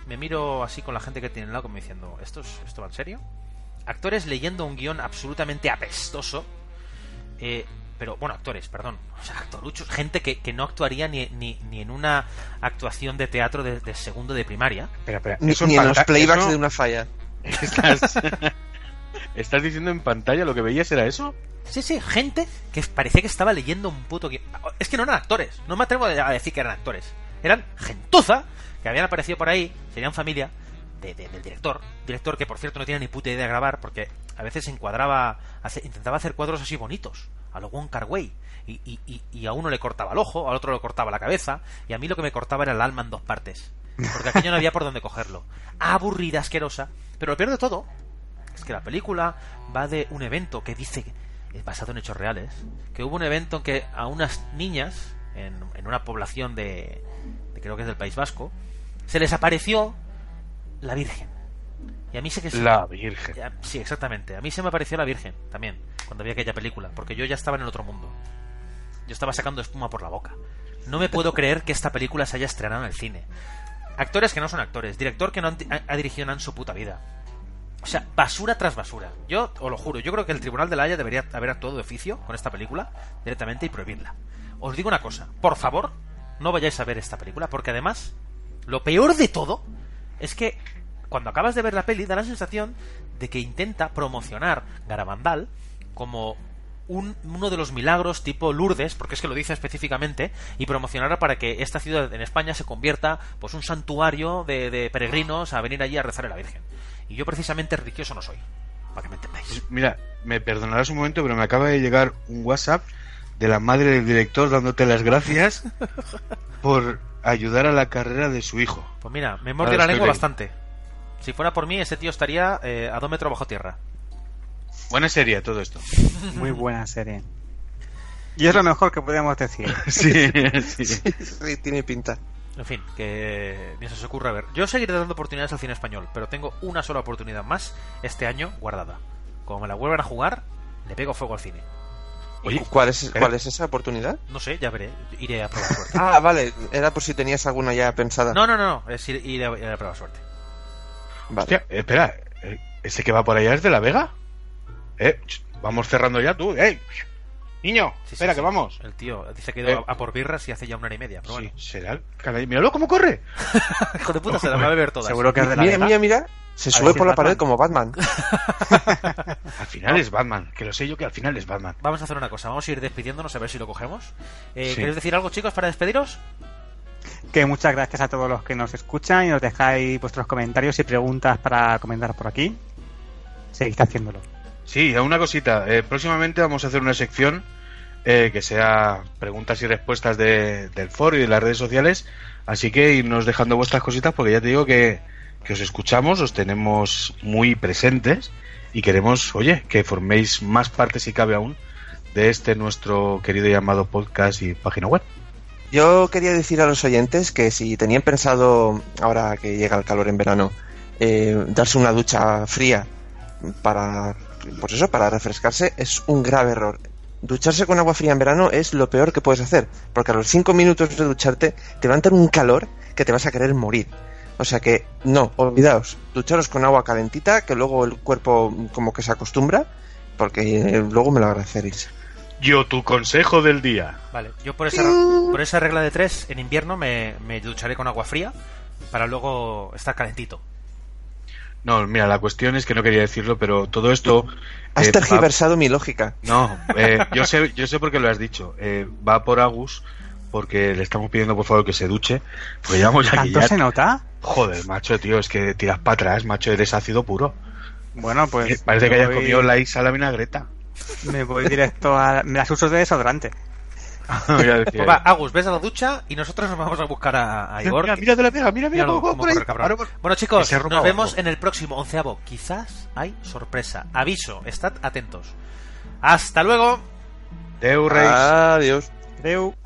Speaker 5: me miro así con la gente que tiene al lado como diciendo esto es- esto va en serio actores leyendo un guión absolutamente apestoso eh, pero bueno, actores, perdón. O sea, actoruchos, gente que, que no actuaría ni, ni, ni en una actuación de teatro de, de segundo de primaria.
Speaker 8: espera, espera.
Speaker 7: Ni,
Speaker 8: eso en
Speaker 7: ni en los
Speaker 8: panta-
Speaker 7: playbacks
Speaker 8: eso-
Speaker 7: de una falla.
Speaker 8: ¿Estás... ¿Estás diciendo en pantalla lo que veías era eso?
Speaker 5: Sí, sí, gente que parecía que estaba leyendo un puto guión. Es que no eran actores, no me atrevo a decir que eran actores. Eran gentuza que habían aparecido por ahí, serían familia de- de- del director. Director que, por cierto, no tiene ni puta idea de grabar porque a veces encuadraba, hace- intentaba hacer cuadros así bonitos, a lo Wong Kar Wai. Y, y- y- y a uno le cortaba el ojo, al otro le cortaba la cabeza, y a mí lo que me cortaba era el alma en dos partes. Porque aquello no había por dónde cogerlo. Aburrida, asquerosa. Pero lo peor de todo es que la película va de un evento que dice, eh, basado en hechos reales, que hubo un evento en que a unas niñas, en, en una población de, de creo que es del País Vasco, se les apareció la Virgen. Y a mí sé que se-
Speaker 8: La Virgen.
Speaker 5: ya- sí, exactamente. A mí se me apareció la Virgen también, cuando vi aquella película, porque yo ya estaba en el otro mundo. Yo estaba sacando espuma por la boca. No me puedo creer que esta película se haya estrenado en el cine. Actores que no son actores, director que no han- ha, ha dirigido nada en su puta vida. O sea, basura tras basura. Yo os lo juro, yo creo que el Tribunal de la Haya debería haber actuado de oficio con esta película directamente y prohibirla. Os digo una cosa, por favor, no vayáis a ver esta película, porque además, lo peor de todo es que cuando acabas de ver la peli da la sensación de que intenta promocionar Garabandal como un- uno de los milagros tipo Lourdes, porque es que lo dice específicamente, y promocionará para que esta ciudad en España se convierta pues un santuario de, de peregrinos a venir allí a rezar a la Virgen. Y yo precisamente religioso no soy, para que me entendáis.
Speaker 8: Mira, me perdonarás un momento, pero me acaba de llegar un WhatsApp de la madre del director dándote las gracias por ayudar a la carrera de su hijo.
Speaker 5: Pues mira, me mordió
Speaker 8: Ahora
Speaker 5: la lengua
Speaker 8: estoy
Speaker 5: bastante. Si fuera por mí, ese tío estaría eh, a dos metros bajo tierra.
Speaker 8: Buena serie todo esto.
Speaker 6: Muy buena serie. Y es lo mejor que podemos decir.
Speaker 8: Sí, sí.
Speaker 7: Sí, tiene pinta.
Speaker 5: En fin, que ni se os ocurra ver. Yo seguiré dando oportunidades al cine español, pero tengo una sola oportunidad más este año guardada. Como me la vuelvan a jugar, le pego fuego al cine.
Speaker 8: Oye,
Speaker 7: ¿Cuál es,
Speaker 8: espera.
Speaker 7: ¿Cuál es esa oportunidad?
Speaker 5: No sé, ya veré. Iré a probar suerte.
Speaker 7: Ah, vale, era por si tenías alguna ya pensada.
Speaker 5: No, no, no, no, es ir- iré, a, iré a probar suerte.
Speaker 7: Vale.
Speaker 8: Hostia, espera, eh, ¿ese que va por allá es de La Vega? Eh, ch, vamos cerrando ya tú, eh. Niño,
Speaker 5: Sí, sí,
Speaker 8: espera
Speaker 5: sí.
Speaker 8: que vamos.
Speaker 5: El tío dice que ha ido
Speaker 8: Eh.
Speaker 5: a, a por birras y hace ya una hora y media. Pero
Speaker 8: Sí,
Speaker 5: bueno,
Speaker 8: será. el Caray, míralo cómo corre.
Speaker 5: hijo de puta, se la va a beber todas.
Speaker 6: Seguro que es de la
Speaker 7: Mira,
Speaker 6: Vega.
Speaker 7: mira, mira. Se
Speaker 6: A
Speaker 7: sube
Speaker 6: ver si
Speaker 7: por la
Speaker 6: es
Speaker 7: pared
Speaker 6: Batman.
Speaker 7: como Batman.
Speaker 8: Al final es Batman, que lo sé yo que al final es Batman.
Speaker 5: Vamos a hacer una cosa, vamos a ir despidiéndonos a ver si lo cogemos. Eh,
Speaker 8: Sí.
Speaker 5: ¿Queréis decir algo, chicos, para despediros?
Speaker 6: Que muchas gracias a todos los que nos escuchan y nos dejáis vuestros comentarios y preguntas para comentar por aquí. Seguid haciéndolo.
Speaker 8: Sí, una cosita. eh, próximamente vamos a hacer una sección eh, que sea preguntas y respuestas de- del foro y de las redes sociales. Así que irnos dejando vuestras cositas porque ya te digo que, que os escuchamos, os tenemos muy presentes y queremos, oye, que forméis más parte si cabe aún de este nuestro querido y amado podcast y página web.
Speaker 7: Yo quería decir a los oyentes que si tenían pensado, ahora que llega el calor en verano, eh, darse una ducha fría para, pues eso, para refrescarse, es un grave error. Ducharse con agua fría en verano es lo peor que puedes hacer, porque a los 5 minutos de ducharte te va a entrar un calor que te vas a querer morir. O sea que, no, olvidaos, ducharos con agua calentita, que luego el cuerpo como que se acostumbra, porque eh, luego me lo agradeceréis.
Speaker 8: Yo tu consejo del día.
Speaker 5: Vale, yo por esa, por esa regla de tres, en invierno me, me ducharé con agua fría para luego estar calentito.
Speaker 8: No, mira, la cuestión es que no quería decirlo, pero todo esto...
Speaker 7: Has
Speaker 8: eh, va-
Speaker 7: tergiversado mi lógica.
Speaker 8: No, eh, yo sé, yo sé por qué lo has dicho. Eh, va por Agus porque le estamos pidiendo por favor que se duche. Porque llevamos ya aquí
Speaker 6: ¿Tanto
Speaker 8: ya.
Speaker 6: se nota?
Speaker 8: Joder, macho, tío, es que tiras para atrás, macho, eres ácido puro.
Speaker 6: Bueno,
Speaker 8: Eh,
Speaker 6: pues.
Speaker 8: Parece que
Speaker 6: me
Speaker 8: hayas
Speaker 6: voy-
Speaker 8: comido la isa a la vinagreta.
Speaker 6: Me voy directo a. Me las uso de desodorante.
Speaker 8: Voy a decir,
Speaker 5: Pues va, Agus, ves a la ducha y nosotros nos vamos a buscar a, a Igor.
Speaker 8: mira, mira de la pega, mira, mira
Speaker 5: Míralo,
Speaker 8: cómo corre
Speaker 5: cómo
Speaker 8: por ahí.
Speaker 5: corre, cabrón.
Speaker 8: Ahora por-
Speaker 5: Bueno, chicos,
Speaker 8: Ese rumbo
Speaker 5: nos
Speaker 8: abajo.
Speaker 5: vemos en el próximo onceavo. Quizás hay sorpresa. Aviso, estad atentos. ¡Hasta luego!
Speaker 8: Deu, Reis.
Speaker 7: Adiós.
Speaker 6: Adeu.